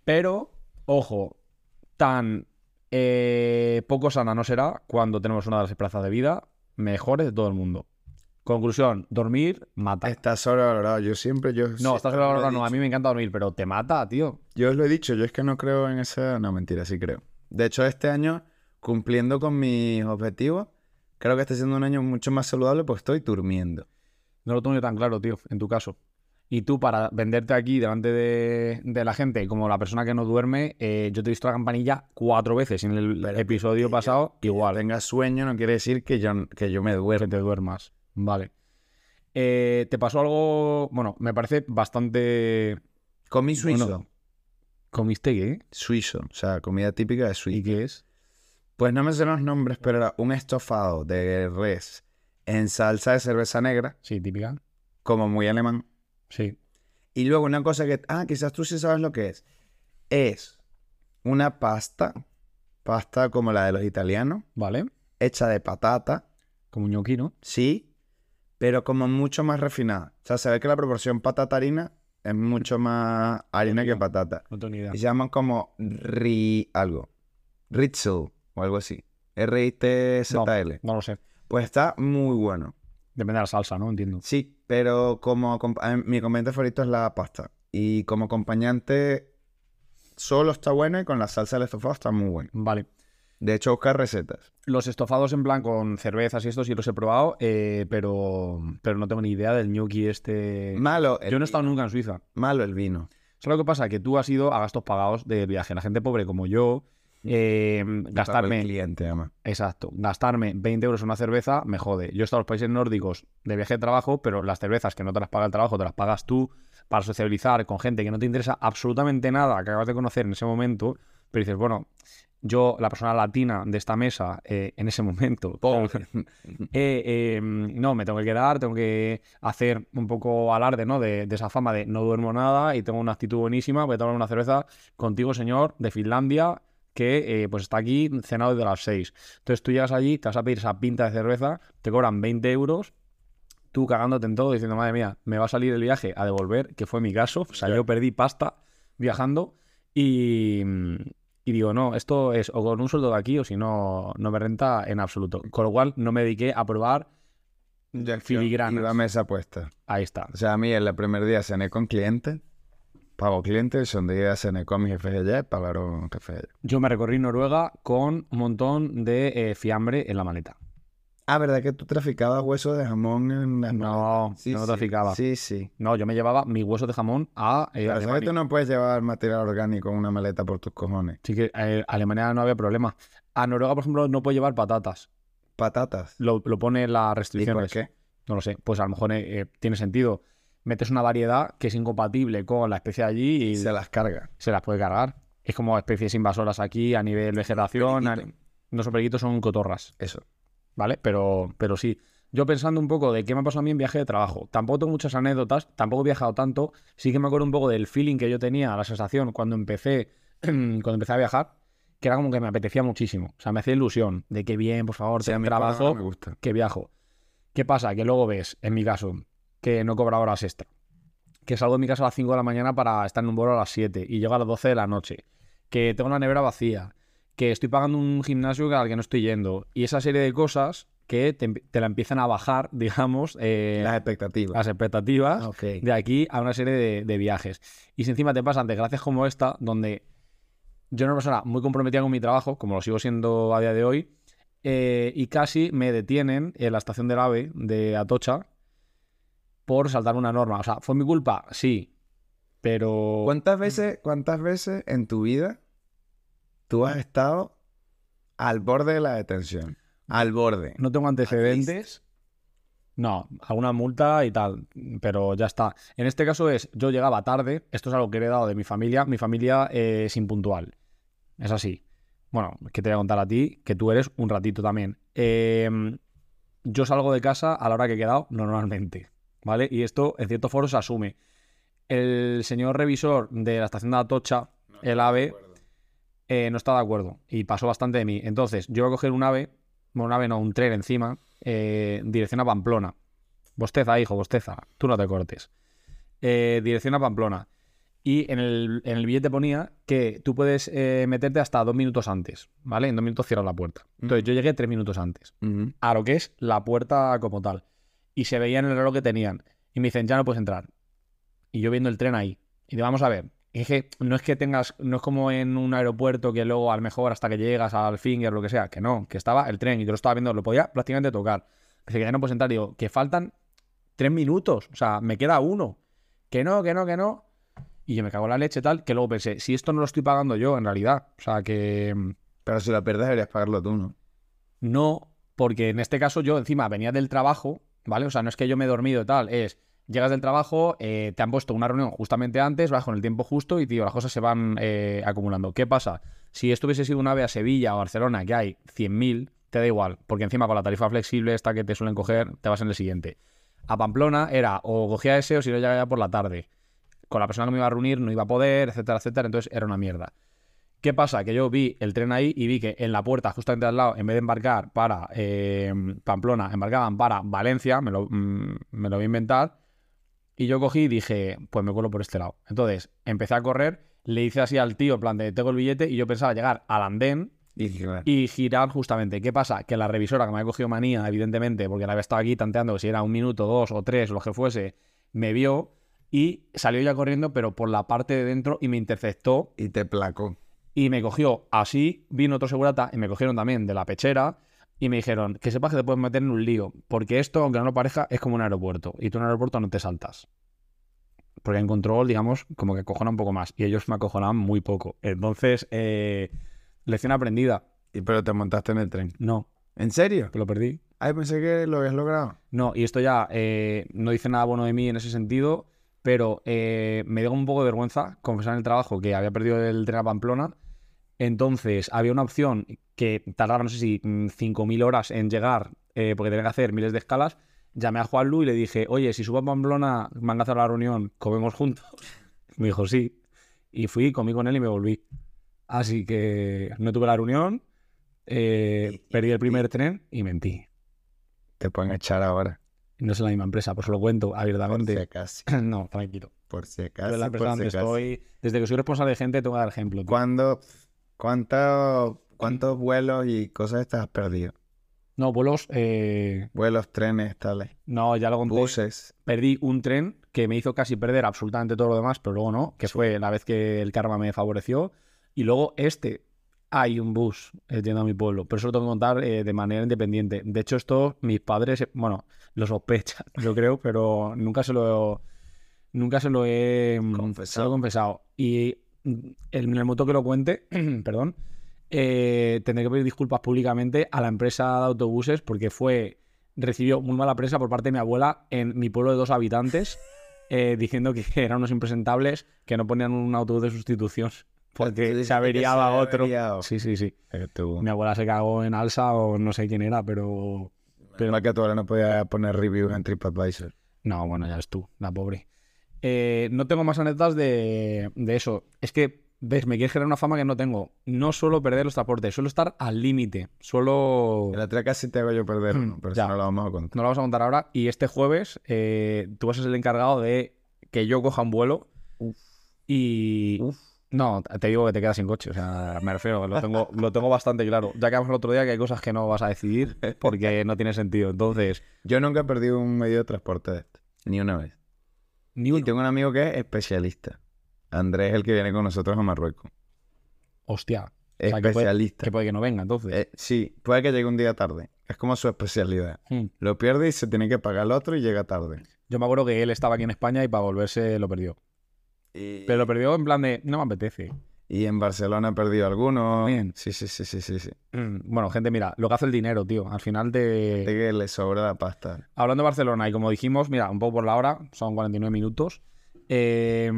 S1: Pero, ojo, tan eh, poco sana no será cuando tenemos una de las plazas de vida mejores de todo el mundo. Conclusión, dormir mata.
S2: Está sobrevalorado. Yo siempre, yo.
S1: no,
S2: Eh, sí,
S1: estás
S2: lo he
S1: sobrevalorado, no, a
S2: dicho.
S1: mí me encanta dormir, pero te mata, tío.
S2: Yo os lo he dicho, yo es que no creo en esa. No, mentira, sí creo. De hecho, este año, cumpliendo con mis objetivos, creo que está siendo un año mucho más saludable porque estoy durmiendo.
S1: No lo tengo yo tan claro, tío, en tu caso. Y tú, para venderte aquí delante de, de la gente como la persona que no duerme, eh, yo te he visto la campanilla cuatro veces en el
S2: Pero
S1: episodio
S2: que yo-
S1: pasado,
S2: Igual.
S1: igual,
S2: Tenga sueño no quiere decir que yo, que yo me
S1: que
S2: duerme.
S1: te duermas. Vale. Eh, ¿Te pasó algo? Bueno, me parece bastante.
S2: Comí suizo.
S1: Bueno. ¿Comiste qué?
S2: Suizo, o sea, comida típica de
S1: ¿Y
S2: Suiza.
S1: qué es?
S2: Pues no me sé los nombres, pero era un estofado de res en salsa de cerveza negra,
S1: Sí, típica.
S2: como muy alemán.
S1: Sí.
S2: Y luego una cosa que, ah, quizás tú sí sabes lo que es. Es una pasta, pasta como la de los italianos,
S1: Vale.
S2: hecha de patata,
S1: Como un ñoqui, ¿no?
S2: sí, pero como mucho más refinada. O sea, se ve que la proporción patata-harina es mucho más harina que patata.
S1: No tengo ni idea.
S2: Y se llaman como ri algo. Ritzel o algo así. R-I-T-Z-L.
S1: No lo sé.
S2: Pues está muy bueno.
S1: Depende de la salsa, ¿no? Entiendo.
S2: Sí, pero como acom- a mí- mi acompañante favorito es la pasta. Y como acompañante solo está buena y con la salsa del estofado está muy buena.
S1: Vale.
S2: De hecho, buscar recetas.
S1: Los estofados en plan con cervezas y esto sí los he probado, eh, pero, pero no tengo ni idea del ñoqui este.
S2: Malo el,
S1: Yo
S2: vi-
S1: no he estado nunca en Suiza.
S2: malo el vino.
S1: ¿Sabes lo que pasa? Que tú has ido a gastos pagados del viaje. La gente pobre como yo, eh,
S2: Para el
S1: gastarme,
S2: cliente, además.
S1: exacto, gastarme 20 euros en una cerveza me jode. Yo he estado en los países nórdicos de viaje de trabajo, pero las cervezas que no te las paga el trabajo, te las pagas tú para sociabilizar con gente que no te interesa absolutamente nada, que acabas de conocer en ese momento, pero dices, bueno, yo, la persona latina de esta mesa, eh, en ese momento, eh, eh, mm, no, me tengo que quedar, tengo que hacer un poco alarde, ¿no? De, de esa fama de no duermo nada y tengo una actitud buenísima, voy a tomar una cerveza contigo, señor, de Finlandia, que eh, pues está aquí cenado desde las 6. Entonces tú llegas allí, te vas a pedir esa pinta de cerveza, te cobran 20 euros, tú cagándote en todo, diciendo, madre mía, me va a salir el viaje a devolver, que fue mi caso, o sea, yo perdí pasta viajando y... mm, y digo, no, esto es o con un sueldo de aquí o si no, no me renta en absoluto. Con lo cual no me dediqué a probar. Filigranas.
S2: Iba a mesa puesta.
S1: Ahí está.
S2: O sea, a mí el primer día cené con clientes. Pago clientes, el segundo día cené con mis jefes de allá y pagaron jefes de allá.
S1: Yo me recorrí Noruega con un montón de eh, fiambre en la maleta.
S2: Ah, ¿verdad que tú traficabas huesos de jamón en las
S1: No,
S2: Sí,
S1: no
S2: sí.
S1: traficaba.
S2: Sí, sí.
S1: No, yo me llevaba mis huesos de jamón a
S2: La verdad
S1: eh,
S2: es que
S1: Alemania.
S2: tú no puedes llevar material orgánico en una maleta por tus cojones.
S1: Así que eh, Alemania no había problema. A Noruega, por ejemplo, no puedo llevar patatas.
S2: Patatas.
S1: Lo, lo pone las
S2: ¿Y
S1: restricciones.
S2: por qué?
S1: No lo sé. Pues a lo mejor eh, eh, tiene sentido. Metes una variedad que es incompatible con la especie de allí y
S2: Se las carga.
S1: se las puede cargar. Es como especies invasoras aquí a nivel vegetación. a- No son periquitos, son cotorras,
S2: Eso.
S1: ¿vale? Pero, pero sí. Yo pensando un poco de qué me ha pasado a mí en viaje de trabajo. Tampoco tengo muchas anécdotas, tampoco he viajado tanto. Sí que me acuerdo un poco del feeling que yo tenía, la sensación cuando empecé, cuando empecé a viajar, que era como que me apetecía muchísimo. O sea, me hacía ilusión de que bien, por favor,
S2: Sí, a
S1: tengo
S2: mí por ahora
S1: trabajo,
S2: me gusta.
S1: que viajo. ¿Qué pasa? Que luego ves, en mi caso, que no cobra horas extra. Que salgo de mi casa a las 5 de la mañana para estar en un vuelo a las 7 y llego a las 12 de la noche. Que tengo la nevera vacía. Que estoy pagando un gimnasio al que no estoy yendo. Y esa serie de cosas que te, te la empiezan a bajar, digamos, eh,
S2: Las expectativas.
S1: las expectativas
S2: Ah, ok.
S1: de aquí a una serie de, de viajes. Y si encima te pasan desgracias como esta, donde yo era una persona muy comprometida con mi trabajo, como lo sigo siendo a día de hoy, eh, y casi me detienen en la estación del AVE de Atocha por saltar una norma. O sea, ¿fue mi culpa? Sí. Pero
S2: ¿Cuántas veces, ¿Cuántas veces en tu vida tú has estado al borde de la detención? Al borde.
S1: no tengo antecedentes. No, alguna multa y tal, pero ya está. En este caso es, yo llegaba tarde, esto es algo que he heredado de mi familia, mi familia eh, es impuntual, es así. Bueno, que te voy a contar a ti, que tú eres un ratito también. Eh, yo salgo de casa a la hora que he quedado normalmente, ¿vale? Y esto en cierto foro se asume. El señor revisor de la estación de Atocha, el AVE, eh, no está de acuerdo y pasó bastante de mí. Entonces, yo iba a coger un ave, bueno, un ave no, un tren encima, eh, en dirección a Pamplona. Bosteza, hijo, bosteza, tú no te cortes. Eh, dirección a Pamplona. Y en el, en el billete ponía que tú puedes eh, meterte hasta dos minutos antes, ¿vale? En dos minutos cierras la puerta. Entonces, yo llegué tres minutos antes
S2: Ujú.
S1: a lo que es la puerta como tal. y se veían el reloj que tenían. Y me dicen, ya no puedes entrar. Y yo viendo el tren ahí. Y digo, vamos a ver. Es que no es que tengas, no es como en un aeropuerto que luego a lo mejor hasta que llegas al finger, lo que sea, que no, que estaba el tren y yo lo estaba viendo, lo podía prácticamente tocar. Así que ya no puedes entrar. Digo, que faltan tres minutos, o sea, me queda uno. Que no, que no, que no. Y yo me cago en la leche tal, que luego pensé, si esto no lo estoy pagando yo, en realidad, o sea, que mm,
S2: Pero si lo pierdes deberías pagarlo tú, ¿no?
S1: no, porque en este caso yo encima venía del trabajo, ¿vale? O sea, no es que yo me he dormido y tal, es, llegas del trabajo, eh, te han puesto una reunión justamente antes, vas con el tiempo justo y, tío, las cosas se van eh, acumulando. ¿Qué pasa? Si esto hubiese sido una vez a Sevilla o Barcelona, que hay 100.000, te da igual, porque encima con la tarifa flexible esta que te suelen coger, te vas en el siguiente. A Pamplona era o cogía ese o si no llegaba ya por la tarde. Con la persona que me iba a reunir no iba a poder, etcétera, etcétera, entonces era una mierda. ¿Qué pasa? Que yo vi el tren ahí y vi que en la puerta, justamente al lado, en vez de embarcar para eh, Pamplona, embarcaban para Valencia, me lo, mm, me lo voy a inventar. Y yo cogí y dije, pues me cuelo por este lado. Entonces empecé a correr, le hice así al tío, en plan de tengo el billete, y yo pensaba llegar al andén
S2: Y claro.
S1: y girar justamente. ¿Qué pasa? Que la revisora, que me había cogido manía, evidentemente, porque la había estado aquí tanteando si era un minuto, dos o tres, lo que fuese, me vio y salió ya corriendo, pero por la parte de dentro y me interceptó
S2: Y te placo.
S1: y me cogió así, vino otro segurata y me cogieron también de la pechera y me dijeron que sepas que te puedes meter en un lío, porque esto, aunque no lo parezca, es como un aeropuerto y tú en un aeropuerto no te saltas. Porque en control, digamos, como que acojona un poco más y ellos me acojonaban muy poco. Entonces, eh, lección aprendida.
S2: Y pero te montaste en el tren.
S1: No,
S2: ¿En serio?
S1: que lo perdí.
S2: Ay, pensé que lo habías logrado.
S1: No, y esto ya eh, no dice nada bueno de mí en ese sentido, pero eh, me dio un poco de vergüenza confesar en el trabajo que había perdido el tren a Pamplona. Entonces había una opción que tardaba, no sé si, mm, 5.000 horas en llegar, eh, porque tenía que hacer miles de escalas. Llamé a Juanlu y le dije, oye, si subo a Pamplona, me han hacer la reunión, comemos juntos. Me dijo, sí. Y fui, comí con él y me volví. Así que no tuve la reunión, eh, perdí el primer tren y mentí.
S2: Te pueden echar ahora.
S1: No es la misma empresa, pues lo cuento
S2: Por si
S1: abiertamente.
S2: acaso.
S1: No, tranquilo.
S2: Por si
S1: Yo
S2: acaso.
S1: en la
S2: por
S1: empresa
S2: si
S1: donde
S2: acaso.
S1: estoy, desde que soy responsable de gente, tengo que dar ejemplo. tío.
S2: ¿Cuándo- cuánto- ¿Cuántos vuelos y cosas estás perdido?
S1: No, vuelos, eh,
S2: Vuelos, trenes, tales.
S1: no, ya lo conté.
S2: Buses.
S1: Perdí un tren que me hizo casi perder absolutamente todo lo demás, pero luego no, que fue la vez que el karma me favoreció. Y luego este, hay un bus eh, yendo a mi pueblo, pero eso lo tengo que contar eh, de manera independiente. De hecho, esto mis padres, eh, bueno, lo sospechan, yo creo, pero nunca se lo, nunca se lo he mm,
S2: Confesado.
S1: se lo he confesado. Y mm, el- en el momento que lo cuente, perdón, eh, tendré que pedir disculpas públicamente a la empresa de autobuses porque fue recibió muy mala prensa por parte de mi abuela en mi pueblo de dos habitantes, eh, diciendo que eran unos impresentables que no ponían un autobús de sustitución
S2: Tú
S1: porque
S2: dices
S1: se
S2: que
S1: averiaba
S2: se ha
S1: otro.
S2: averiado.
S1: Sí, sí, sí.
S2: Eh, tú.
S1: Mi abuela se cagó en alza o no sé quién era, pero...
S2: Pero que tú ahora no podías poner reviews en TripAdvisor.
S1: No, bueno, ya es tú, la pobre. Eh, no tengo más anécdotas de, de eso. Es que, ves, me quieres generar una fama que no tengo. No suelo perder los transportes, suelo estar al límite. Suelo...
S2: El otro casi te hago yo perder uno, pero
S1: Mm, ya.
S2: eso no lo vamos a contar.
S1: No lo vamos a contar ahora. Y este jueves eh, tú vas a ser el encargado de que yo coja un vuelo.
S2: Uf.
S1: Y. No, te digo que te quedas sin coche. O sea, me refiero, lo tengo, lo tengo bastante claro. Ya que hablamos el otro día que hay cosas que no vas a decidir porque no tiene sentido. Entonces,
S2: Yo nunca he perdido un medio de transporte de este. Ni una vez.
S1: ni
S2: Y
S1: un.
S2: tengo un amigo que es especialista. Andrés es el que viene con nosotros a Marruecos.
S1: Hostia. sea, que puede-
S2: Especialista.
S1: Que puede que no venga, entonces.
S2: Eh, sí, puede que llegue un día tarde. Es como su especialidad.
S1: Hmm.
S2: Lo pierde y se tiene que pagar al otro y llega tarde.
S1: Yo me acuerdo que él estaba aquí en España y para volverse lo perdió.
S2: Y,
S1: Pero lo perdió en plan de. No me apetece.
S2: y en Barcelona ha perdido alguno.
S1: Bien.
S2: Sí, sí, sí, sí, sí. sí.
S1: Mm, Bueno, gente, mira, lo que hace el dinero, tío. Al final te.
S2: De que le sobra la pasta.
S1: Hablando de Barcelona, y como dijimos, mira, un poco por la hora, son 49 minutos, eh,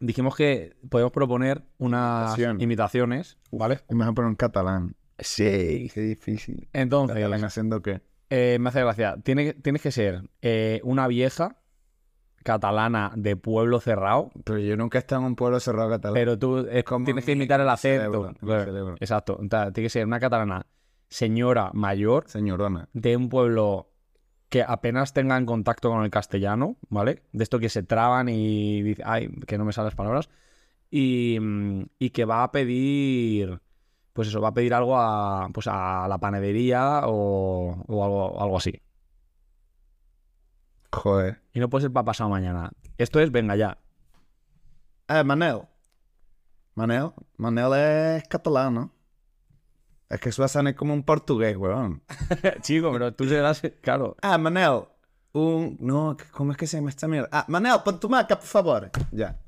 S1: dijimos que podemos proponer unas
S2: Imitación.
S1: imitaciones, ¿vale?
S2: Y me vas a poner un catalán.
S1: Sí.
S2: Qué difícil. ¿Catalán
S1: Entonces,
S2: haciendo qué?
S1: eh, me hace gracia, tiene, que- tienes que ser eh, una vieja catalana de pueblo cerrado,
S2: Pero yo nunca he estado en un pueblo cerrado catalán.
S1: pero tú eh,
S2: Como
S1: tienes que
S2: mi-
S1: imitar el
S2: mi
S1: acento.
S2: cerebro, mi cerebro.
S1: Exacto, o sea, tiene que ser una catalana señora mayor
S2: Señorona.
S1: de un pueblo que apenas tengan contacto con el castellano, ¿vale? De esto que se traban y dice, ay, que no me salen las palabras. Y, mm, y que va a pedir, pues eso, va a pedir algo a, pues a la panadería o, o algo, algo así.
S2: Joder.
S1: Y no puede ser para pasado mañana. Esto es venga ya.
S2: Eh, Manel. Manel. Manel es catalán, ¿no? Es que Suazán es como un portugués, weón.
S1: Chico, pero tú serás. Claro.
S2: Ah, Manel. Un... No, ¿cómo es que se llama esta mierda? Ah, Manel, pon tu maca, por favor. Ya.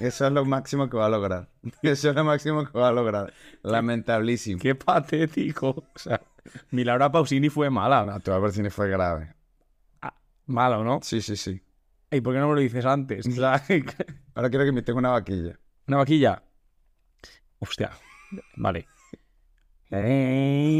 S2: Eso es lo máximo que va a lograr. Eso es lo máximo que va a lograr. Lamentablísimo.
S1: Qué patético. O sea, Milagro Pausini fue mala.
S2: No, tu Albertini fue grave.
S1: Mala, ¿o ¿no?
S2: Sí, sí, sí.
S1: ¿Y por qué no me lo dices antes? O sea,
S2: Ahora quiero que me tenga una vaquilla.
S1: Una vaquilla. Hostia. Vale.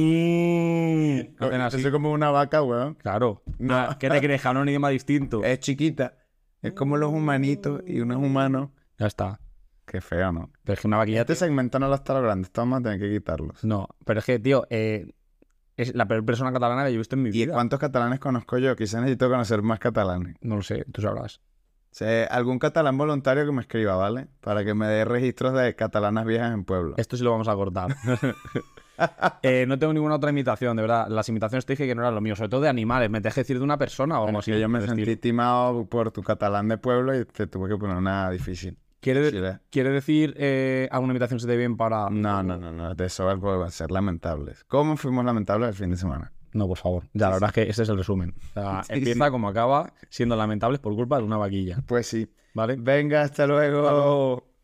S1: Eh, hacen
S2: Yo
S1: así.
S2: soy como una vaca, weón.
S1: Claro. Ah, ¿Qué te crees? Hablan un idioma distinto.
S2: Es chiquita. Es como los humanitos y unos humanos.
S1: Ya está.
S2: Qué feo, ¿no?
S1: Pero es que una vaquilla.
S2: Este segmento no lo está logrando. Esto vamos a tener que quitarlos.
S1: No, pero es que, tío, eh, es la peor persona catalana que yo he visto en mi
S2: ¿Y
S1: vida.
S2: cuántos catalanes conozco yo? Quizás necesito conocer más catalanes.
S1: No lo sé, tú sabrás.
S2: O sea, algún catalán voluntario que me escriba, ¿vale? Para que me dé registros de catalanas viejas en pueblo.
S1: Esto sí lo vamos a cortar. Eh, no tengo ninguna otra imitación, de verdad. Las imitaciones te dije que no eran lo mío, sobre todo de animales. Me dejé decir de una persona o algo
S2: Bueno,
S1: así.
S2: que yo me
S1: por el
S2: sentí
S1: estilo.
S2: timado por tu catalán de pueblo y te tuve que poner una difícil.
S1: ¿Quiere,
S2: Sí, ¿eh?
S1: quiere decir eh, alguna imitación se te bien para.?
S2: No, no, no, no. De eso algo va a ser lamentables. ¿Cómo fuimos lamentables el fin de semana?
S1: No, por favor. Ya, la verdad es que este es el resumen. O sea,
S2: Sí,
S1: empieza como acaba, siendo lamentables por culpa de una vaquilla.
S2: Pues sí.
S1: ¿Vale?
S2: Venga, hasta luego.